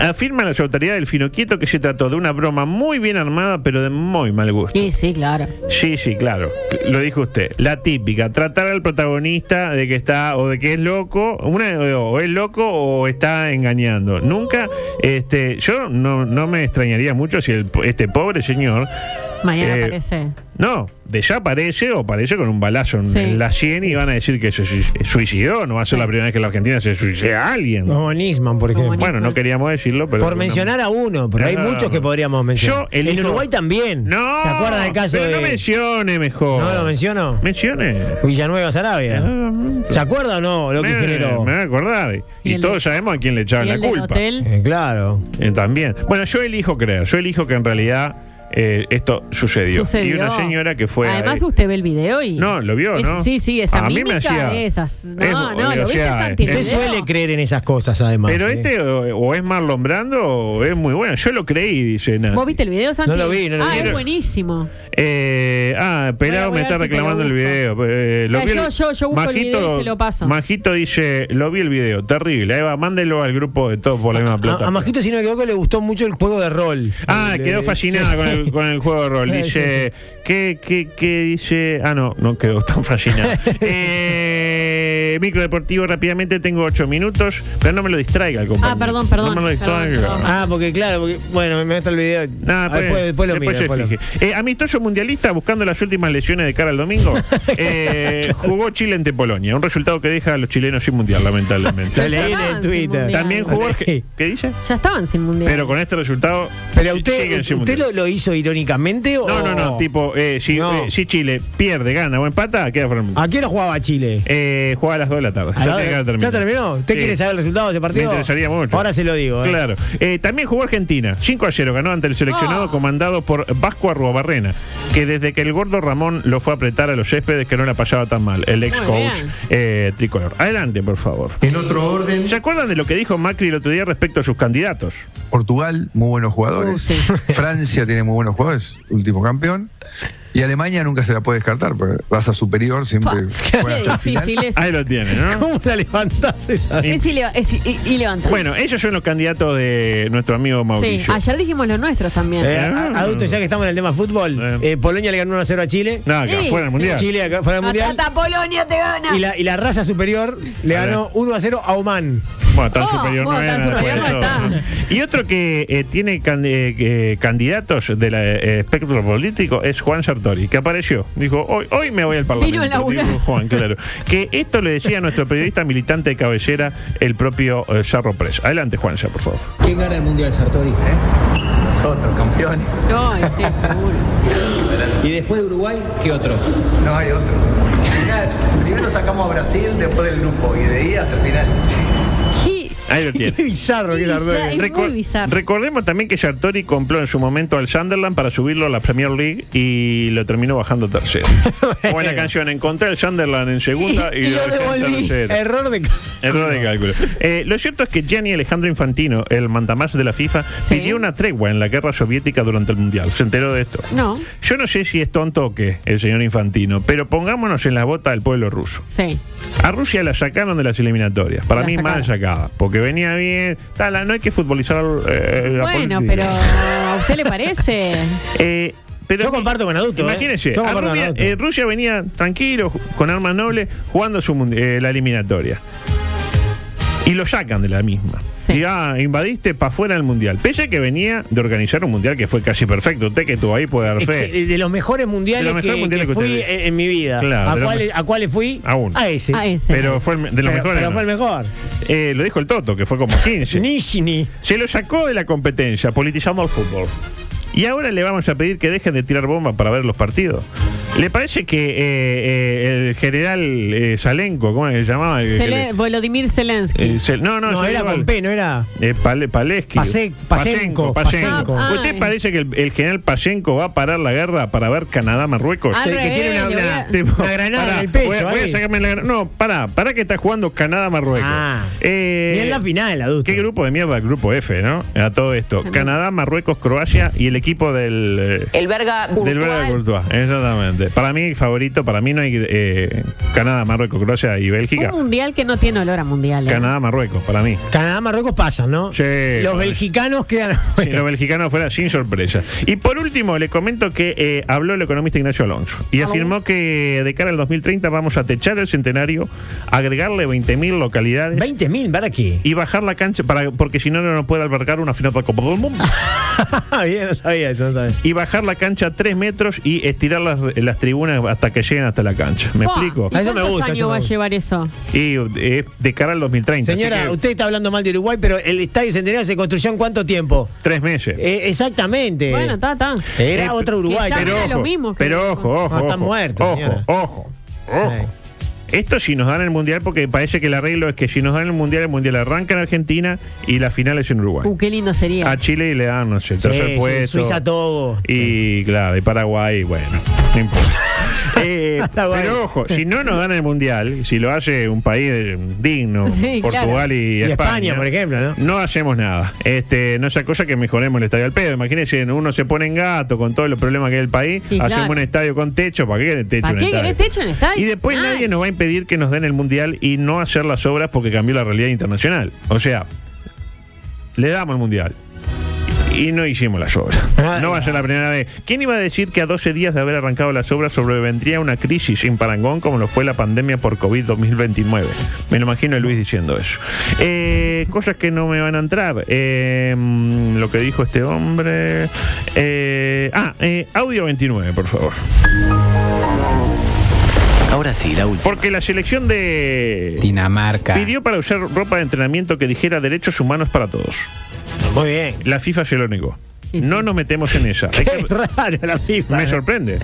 S12: Afirman las autoridades del Finoquieto que se trató de una broma muy bien armada, pero de muy mal gusto.
S1: Sí, sí, claro.
S12: Sí, sí, claro. Lo dijo usted. La típica, tratar al protagonista de que está o de que es loco, una, o es loco o está engañando. Nunca, este, yo no, no me extrañaría mucho si el- este pobre señor
S1: Mañana
S12: Eh,
S1: aparece.
S12: no, desaparece o aparece con un balazo en,
S1: Sí.
S12: en la sien y van a decir que se sui- suicidó. No va a ser la primera vez que en la Argentina se suicida alguien.
S9: Como Nisman, por ejemplo.
S12: Bueno, no queríamos decirlo, pero.
S9: Por mencionar a uno, pero hay
S12: No, no,
S9: muchos
S12: no.
S9: que podríamos mencionar.
S12: Yo elijo-
S9: En Uruguay también.
S12: No,
S9: ¿Se acuerdan del caso
S12: pero
S9: de.?
S12: no mencione mejor.
S9: ¿No lo menciono?
S12: Mencione. Ah,
S9: Villanueva Sarabia. ¿Se acuerda o no lo que
S12: me,
S9: generó?
S12: me voy a acordar.
S9: ¿Y
S12: Y,
S9: el
S12: todos sabemos a quién le echaban
S9: y
S12: la
S9: el del
S12: culpa.
S9: hotel? Eh, claro.
S12: también. Bueno, yo elijo creer. Yo elijo que en realidad eh, esto sucedió.
S1: Sucedió.
S12: Y una señora que fue.
S1: Además,
S12: ahí-
S1: usted ve el video y.
S12: No, lo vio,
S1: Es-
S12: ¿no?
S1: Sí, sí, esa
S12: A mí me
S1: mímica
S12: hacía-
S1: de esas. No,
S12: es-
S1: no,
S12: o
S1: lo viste
S12: sea,
S1: Santi. en el
S12: es-
S1: video.
S9: Suele creer en esas cosas, además.
S12: Pero
S9: ¿eh?
S12: este o, o es Marlon Brando o es muy bueno. Yo lo creí, dice Nati.
S1: ¿Vos viste el video, Santi?
S12: No lo vi, no lo
S1: ah,
S12: vi.
S1: es buenísimo.
S12: Eh, ah, Pelado
S1: Voy a- voy
S12: me
S1: a
S12: está
S1: ver si te lo
S12: reclamando el
S1: busco.
S12: video. Eh, lo
S1: Ah,
S12: vi el-
S1: yo- yo- yo busco el video y se lo paso.
S12: Majito dice, lo vi el video, terrible. Eva, mándelo al grupo de todos por la misma
S9: A,
S12: plata.
S9: a Majito, si no me equivoco, le gustó mucho el juego de rol.
S12: Ah,
S9: Le-
S12: quedó
S9: le- Eh,
S12: fascinada
S9: sí.
S12: con, el, con el juego de rol.
S9: Sí,
S12: Dice, ¿qué, qué, qué dice? Ah, no, no quedó tan fascinada. eh, microdeportivo, rápidamente, tengo ocho minutos, pero no me lo distraiga el compañero.
S1: Ah, perdón, perdón,
S12: No me lo
S1: perdón,
S12: distraiga.
S1: perdón.
S9: Ah, porque claro, porque, bueno, me meto el video.
S12: Ah,
S9: Ah, después, después lo miro.
S12: después se
S9: después lo-
S12: fije. Eh, amistoso mundialista buscando las últimas lesiones de cara al domingo. Eh, jugó Chile ante Polonia, un resultado que deja a los chilenos sin mundial, lamentablemente.
S9: Lo leí en
S1: estaban
S9: el
S1: sin
S9: Twitter.
S1: mundial.
S12: También jugó. ¿Qué dice?
S1: Ya estaban sin mundial.
S12: Pero con este resultado.
S9: Pero
S12: sí-
S9: usted,
S12: siguen sin
S9: usted
S12: mundial.
S9: lo, lo hizo irónicamente o.
S12: No, no, no, tipo, eh, si, eh, si Chile pierde, gana o empata, queda fuera del mundial.
S9: ¿A qué hora jugaba Chile?
S12: Eh, juega a las 2 de la tarde.
S9: Ah. ¿A
S12: Ya
S9: la
S12: tiene que
S9: hora?
S12: haber
S9: ¿Ya
S12: terminado.
S9: terminó? ¿Usted
S12: Sí.
S9: quiere saber el resultado de ese partido?
S12: Me interesaría mucho.
S9: Ahora se lo digo. ¿eh?
S12: Claro. Eh, también jugó Argentina. 5 a 0 ganó ante el
S9: Ah.
S12: seleccionado comandado por Vasco Arruabarrena, que desde que el gordo Ramón lo fue a apretar a los céspedes que no la pasaba tan mal. El ex
S14: Muy
S12: coach
S14: bien.
S12: eh, tricolor. Adelante, por favor.
S14: En otro orden.
S12: ¿Se acuerdan de lo que dijo Macri el otro día respecto a sus candidatos?
S15: Portugal, muy buenos jugadores.
S1: Uh, sí.
S15: eh. Francia tiene muy buenos jugadores, último campeón. Y Alemania nunca se la puede descartar, porque raza superior siempre juega
S1: Qué
S15: hasta el final.
S1: difícil eso.
S12: Ahí lo tiene, ¿no?
S9: ¿Cómo la levantás esa?
S1: Es, ile- es i- i- ilevantable.
S12: Bueno, ellos son los candidatos de nuestro amigo
S1: sí,
S12: Mauricio.
S1: ayer dijimos los nuestros también.
S9: Eh,
S12: Ah.
S9: a- adulto, ya que estamos en el tema fútbol, eh, Polonia le ganó 1 a 0 a Chile.
S12: No, acá,
S1: Sí.
S12: fuera del mundial.
S9: Chile acá fuera del mundial.
S1: Hasta Polonia te gana.
S9: Y la, y la raza superior le
S12: A ver.
S9: ganó 1 a 0 a Oman.
S12: Bueno, tan
S1: Oh,
S12: superior no
S1: bueno,
S12: era.
S1: tan superior
S12: después de
S1: no
S12: todo,
S1: está.
S12: ¿no? Y otro que eh, tiene can- eh, eh, candidatos del espectro político es Juan Sartori, que apareció. Dijo, hoy, hoy me voy al Parlamento.
S1: a laburar.
S12: Dijo Juan, claro. Que esto le decía a nuestro periodista militante de cabecera, el propio eh, Sarro Press. Adelante, Juancha, por favor.
S16: ¿Quién gana el Mundial Sartori? ¿Eh? Nosotros, campeones.
S1: No, sí, seguro.
S16: ¿Y después de Uruguay, qué otro? No hay otro. Primero sacamos a Brasil, después del grupo, y de ahí hasta el final.
S1: Qué-
S12: Ahí lo tiene.
S9: Qué bizarro que
S1: Qué
S9: es Ardoy.
S1: bizarro, es muy
S12: Recor-
S1: bizarro.
S12: Recordemos también que Sartori compró en su momento al Sunderland para subirlo a la Premier League y lo terminó bajando tercero. Buena canción. Encontré al Sunderland en segunda
S1: Y
S12: y,
S1: lo
S12: dejé en
S1: devolví. Er-
S12: tercero.
S9: Error de.
S12: Error de cálculo. Eh, lo cierto es que Gianni Alejandro Infantino, el mandamás de la FIFA, pidió una tregua en la guerra soviética durante el Mundial. ¿Se enteró de esto?
S1: No,
S12: Yo no sé si es tonto o qué, el señor Infantino, pero pongámonos en la bota del pueblo ruso.
S1: sí.
S12: A Rusia la sacaron de las eliminatorias. Para
S1: La
S12: mí mal sacada, porque venía bien. Tal, no hay que futbolizar eh, la
S1: Bueno,
S12: política.
S1: pero ¿a usted le parece?
S12: Eh, pero
S9: Yo comparto con adulto.
S12: Imagínense,
S9: ¿eh? Yo
S12: a
S9: comparto con
S12: Rusia,
S9: adulto.
S12: eh, Rusia venía tranquilo, ju- con armas nobles, jugando su, mun- eh, la eliminatoria. y lo sacan de la misma. Y ah, invadiste para fuera del mundial. Pese a que venía de organizar un mundial que fue casi perfecto. Usted que estuvo ahí puede dar fe.
S9: Excel- de los mejores mundiales,
S12: De los mejores
S9: que,
S12: mundiales
S9: que
S12: que
S9: fui
S12: usted
S9: en,
S12: ve.
S9: en mi vida.
S12: Claro, de
S9: ¿A,
S12: los
S9: cuáles,
S12: mejores.
S9: ¿A cuáles fui?
S12: A uno.
S9: ese.
S1: Ah,
S12: Pero fue el me- de los
S9: Pero-
S12: mejores.
S9: pero
S12: ¿no?
S9: fue el mejor.
S12: Eh, lo dijo el Toto, que fue como 15.
S9: Nishini.
S12: Se lo sacó de la competencia, politizando al fútbol. Y ahora le vamos a pedir que dejen de tirar bombas para ver los partidos. ¿Le parece que eh, eh, el general eh, Salenko, ¿cómo se llamaba? El- que
S1: Zelen-
S12: le-
S1: Volodymyr Zelensky.
S12: eh, Zel- no, no,
S9: No,
S12: yo
S9: era
S12: digo al-
S9: con P, no era.
S12: eh, Pale- Paleski.
S9: Pase- Pasenko,
S12: Pasenko,
S9: Pasenko.
S12: Pasenko.
S1: Ah, Ay.
S12: ¿Usted parece que el, el general Pasenko va a parar la guerra para ver Canadá-Marruecos?
S1: Al Que- que tiene una- revés, una- le
S12: Tipo,
S9: una granada
S12: pará,
S9: en el pecho,
S12: Voy, a- voy a
S9: ahí.
S12: sacarme la granada. No, pará, pará que está jugando Canadá-Marruecos.
S9: Ah.
S12: Eh,
S9: Ni en la final, adulto.
S12: ¿Qué grupo de mierda? El grupo F, ¿no? A todo esto. Canadá, Marruecos, Croacia y el equipo del... eh,
S14: El verga
S12: del Belga Courtois, exactamente. Para mí, favorito, para mí no hay eh, Canadá, Marruecos, Croacia y Bélgica.
S1: Un mundial que no tiene olor a mundial. ¿eh?
S12: Canadá, Marruecos, para mí.
S9: Canadá, Marruecos pasan, ¿no?
S12: Sí,
S9: los
S12: para-
S9: belgicanos quedan.
S12: si los mexicanos fuera sin sorpresa. Y por último, le comento que eh, habló el economista Ignacio Alonso y
S9: Vamos.
S12: afirmó que de cara al 2030 vamos a techar el centenario, agregarle 20.000 localidades.
S9: ¿20.000 para qué?
S12: Y bajar la cancha, para, porque si no, no nos puede albergar una final para Copa del Mundo.
S9: Ah, Bien, no sabía eso, no sabía.
S12: Y bajar la cancha a 3 metros y estirar las, las tribunas hasta que lleguen hasta la cancha. ¿Me
S1: Buah,
S12: explico?
S1: ¿Y ¿Cuántos años va a llevar eso?
S12: Y eh, de cara al 2030. así
S9: Señora,
S12: que
S9: usted está hablando mal de Uruguay, pero el Estadio Centenario se construyó en cuánto tiempo?
S12: tres meses.
S9: Eh, exactamente.
S12: Eh.
S1: Bueno, está, está.
S9: Era otro Uruguay.
S1: Que ya
S12: Pero
S1: era lo
S12: ojo,
S1: mismo. que-
S12: pero ojo, ojo.
S9: No, están
S12: ojo,
S9: muertos,
S12: Ojo,
S9: señora.
S12: ojo, ojo. Esto si nos dan el mundial, porque parece que el arreglo es que si nos dan el mundial, el mundial arranca en Argentina y la final es en Uruguay.
S1: Uh, qué lindo sería.
S12: A Chile le dan, no sé, el
S9: Sí,
S12: tercer
S9: sí,
S12: puesto.
S9: Suiza todo.
S12: Y claro, y Paraguay, bueno, no importa. Eh, pero ojo, si no nos dan el mundial, si lo hace un país eh, digno,
S9: Sí,
S12: Portugal
S9: claro.
S12: y,
S9: Y España, por ejemplo, ¿no?
S12: hacemos nada. Este, no sea cosa que mejoremos el estadio al pedo. Imagínense, uno se pone en gato con todos los problemas que hay en el país,
S1: Sí,
S12: hacemos
S1: claro.
S12: un estadio con techo, ¿para qué querés techo
S1: ¿Para
S12: en el
S1: qué
S12: estadio?
S1: querés techo en estadio? Ah,
S12: Y después
S1: Ay,
S12: nadie nos va a impedir que nos den el mundial y no hacer las obras porque cambió la realidad internacional. O sea, le damos el mundial. Y no hicimos las obras. No va a ser la primera vez. ¿Quién iba a decir que a 12 días de haber arrancado las obras sobrevendría una crisis sin parangón como lo fue la pandemia por COVID-2029? Me lo imagino a Luis diciendo eso. Eh, cosas que no me van a entrar. Eh, mm, lo que dijo este hombre. Eh, ah, eh, audio 29, por favor.
S2: Ahora sí, la última.
S12: Porque la selección de
S17: Dinamarca.
S12: pidió para usar ropa de entrenamiento que dijera derechos humanos para todos.
S9: Muy bien.
S12: La FIFA se lo negó. No nos metemos en ella. Hay que-
S9: la FIFA.
S12: Me sorprende.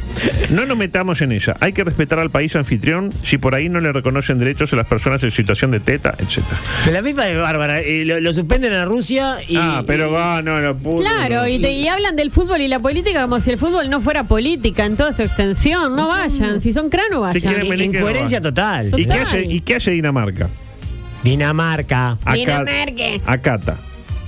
S12: No nos metamos en ella. Hay que respetar al país anfitrión si por ahí no le reconocen derechos a las personas en situación de teta, etcétera.
S9: Pero la FIFA es bárbara. eh, lo, lo suspenden a Rusia y.
S12: Ah, pero ah, no, no pudo.
S1: Claro, y, te- y hablan del fútbol y la política como si el fútbol no fuera política en toda su extensión. No vayan, si son crano
S12: Mm. Si
S1: vayan.
S12: quieren venir, que no
S9: Incoherencia
S12: van.
S9: total.
S12: ¿Y qué,
S1: Total.
S12: hace, ¿Y qué hace Dinamarca?
S9: Dinamarca.
S12: Aca-
S1: Dinamarca.
S12: Acata.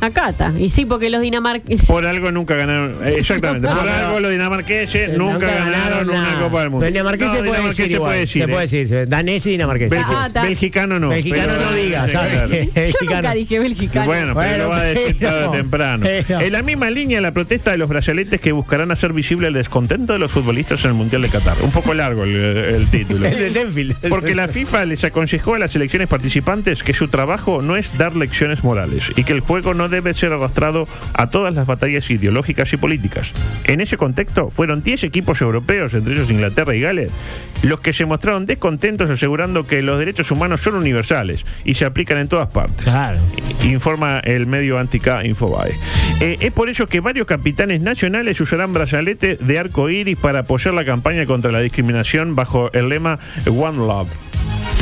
S1: Acata. Y sí, porque los dinamarqueses.
S12: Por algo nunca ganaron. eh, Exactamente.
S9: Ah, No,
S12: por
S9: pero-
S12: algo los dinamarqueses Eh, nunca, ganaron, una
S9: nada.
S12: Copa del Mundo.
S9: Pero el dinamarqués
S12: No,
S9: se puede
S12: dinamarqués
S9: decir.
S12: se
S9: igual,
S12: puede decir,
S9: se
S12: eh.
S9: puede decir, eh, Danés y dinamarqués.
S12: Belgi-
S1: Ata.
S12: Belgicano no.
S9: Mexicano
S12: pero-
S9: no diga, ¿sabes?
S1: Ah, Yo
S12: Claro.
S1: nunca dije belgicano.
S12: Bueno, pero
S9: Bueno,
S12: lo va a decir
S9: pero-
S12: tarde o temprano.
S9: pero-
S12: En la misma línea, la protesta de los brazaletes que buscarán hacer visible el descontento de los futbolistas en el Mundial de Qatar. Un poco largo el, el título.
S9: El de Tenfield.
S12: Porque la FIFA les aconsejó a las selecciones participantes que su trabajo no es dar lecciones morales y que el juego no debe ser arrastrado a todas las batallas ideológicas y políticas. En ese contexto, fueron 10 equipos europeos, entre ellos Inglaterra y Gales, los que se mostraron descontentos asegurando que los derechos humanos son universales y se aplican en todas partes.
S9: Claro.
S12: Informa el medio Antica Infobae. Eh, es por ello que varios capitanes nacionales usarán brazalete de arco iris para apoyar la campaña contra la discriminación bajo el lema One Love.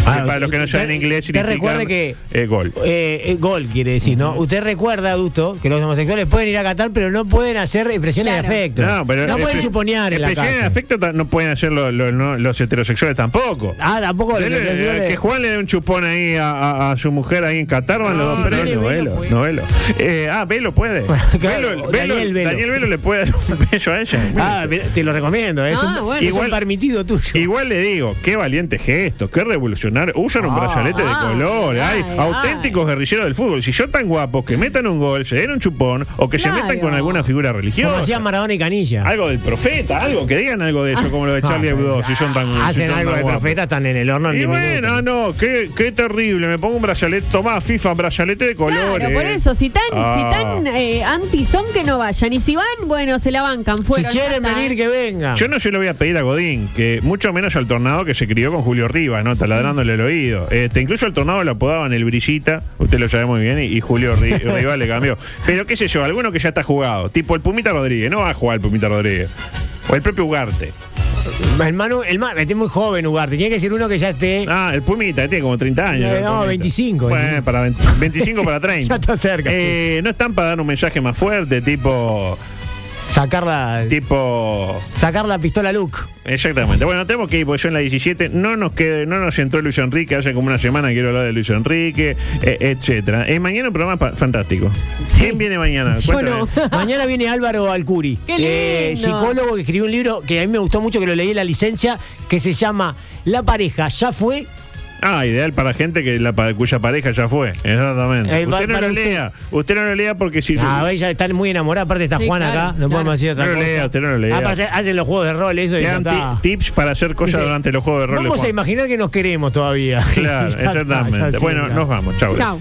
S9: Ah,
S12: Que para los que no
S9: usted-
S12: saben inglés,
S9: usted
S12: significa,
S9: recuerde que-
S12: eh, gol.
S9: Eh, eh, gol quiere decir, ¿no? Usted recuerda, adulto, que los homosexuales pueden ir a Qatar, pero no pueden hacer expresiones de afecto. No, pueden
S12: espe-
S9: chuponear en la
S12: expresiones de
S9: calle.
S12: afecto ta- no pueden hacer lo- lo- no- los heterosexuales tampoco.
S9: Ah, tampoco los
S12: Eh,
S9: heterosexuales-
S12: Que Juan le dé un chupón ahí a, a- a su mujer ahí en Qatar, van los
S9: si
S12: dos pero
S9: tiene
S12: no,
S9: Velo,
S12: Velo,
S9: puede.
S12: no, Velo. Eh, ah, Velo puede.
S9: Claro,
S12: Velo-
S9: o
S12: Velo-
S9: Daniel
S12: Daniel,
S9: Velo.
S12: Velo. le puede dar un beso a ella.
S9: Ah,
S12: ¿eh?
S9: mirá, te lo recomiendo, es,
S1: Ah,
S9: un,
S1: bueno.
S9: es un permitido tuyo.
S12: Igual le digo, qué valiente gesto, qué revolución Bolsonaro usan
S1: Ah,
S12: un brazalete de color. Hay auténticos guerrilleros del fútbol. Si son tan guapos que metan un gol, se den un chupón o que se metan con alguna figura religiosa.
S9: Como hacían Maradona y Canilla.
S12: Algo del profeta, algo, que digan algo de eso, como lo de Charlie Hebdo, si son tan si
S9: Ah, Hacen
S12: son
S9: algo
S12: tan
S9: de
S12: guapos.
S9: profeta, están en el horno en
S12: Y
S9: 10 minutos.
S12: bueno, no, qué, qué terrible. Me pongo un brazalete. Tomá, FIFA, brazalete de colores.
S1: Claro, por eso, si tan,
S12: Ah.
S1: si tan eh, anti son que no vayan. Y si van, bueno, se la bancan fuera. ya está.
S9: venga.
S12: Yo no se lo voy a pedir a Godín, que mucho menos al tornado que se crió con Julio Rivas, ¿no? Taladrándole el oído. Este, incluso al tornado lo apodaban el Brillita, usted lo sabe muy bien, y, y Julio Ri- Rivas le cambió. Pero qué sé yo, alguno que ya está jugado, tipo el Pumita Rodríguez, no va a jugar el Pumita Rodríguez. O el propio Ugarte.
S9: El Manu, el Manu, este es muy joven Ugarte, tiene que ser uno que ya esté...
S12: Ah, el Pumita, tiene como 30 años.
S9: Eh,
S12: el
S9: no,
S12: Pumita.
S9: 25,
S12: Bueno,
S9: 25.
S12: para 20 25 para 30.
S9: Ya está cerca,
S12: Eh, No están para dar un mensaje más fuerte, tipo...
S9: Sacar la,
S12: Tipo...
S9: sacar la pistola a Luke.
S12: Exactamente. Bueno, tenemos que ir, porque yo en la 17 no nos quede, no nos entró Luis Enrique, hace como una semana quiero hablar de Luis Enrique, eh, etcétera. Eh, mañana un programa pa- fantástico. ¿Quién viene mañana? Cuéntame.
S9: Mañana viene Álvaro Alcuri, eh,
S1: Qué lindo.
S9: psicólogo que escribió un libro que a mí me gustó mucho, que lo leí en la licencia, que se llama La pareja ya fue.
S12: Ah, ideal para gente que la, pa- cuya pareja ya fue. Exactamente.
S9: Eh, pa-
S12: usted no
S9: para
S12: lo
S9: usted.
S12: lea, usted no lo lea porque si
S9: Ah, ella está muy enamorada, aparte está
S1: Sí,
S9: Juan
S1: claro,
S9: acá, no
S1: claro.
S9: podemos decir otra
S12: No lo
S9: cosa.
S12: lea, usted no lo lea.
S9: Aparte, hacen los juegos de rol, eso y
S12: le
S9: ya
S12: dan
S9: está.
S12: ti- tips para hacer cosas
S9: Dice,
S12: durante los juegos de rol.
S9: Vamos a imaginar que nos queremos todavía.
S12: Claro,
S9: Ya está,
S12: exactamente.
S9: ya sí,
S12: bueno,
S9: claro.
S12: nos vamos. Chau.
S1: Chao.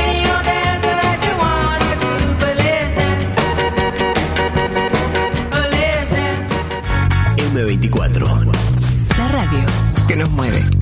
S2: M24.
S5: La radio.
S2: Que nos mueve.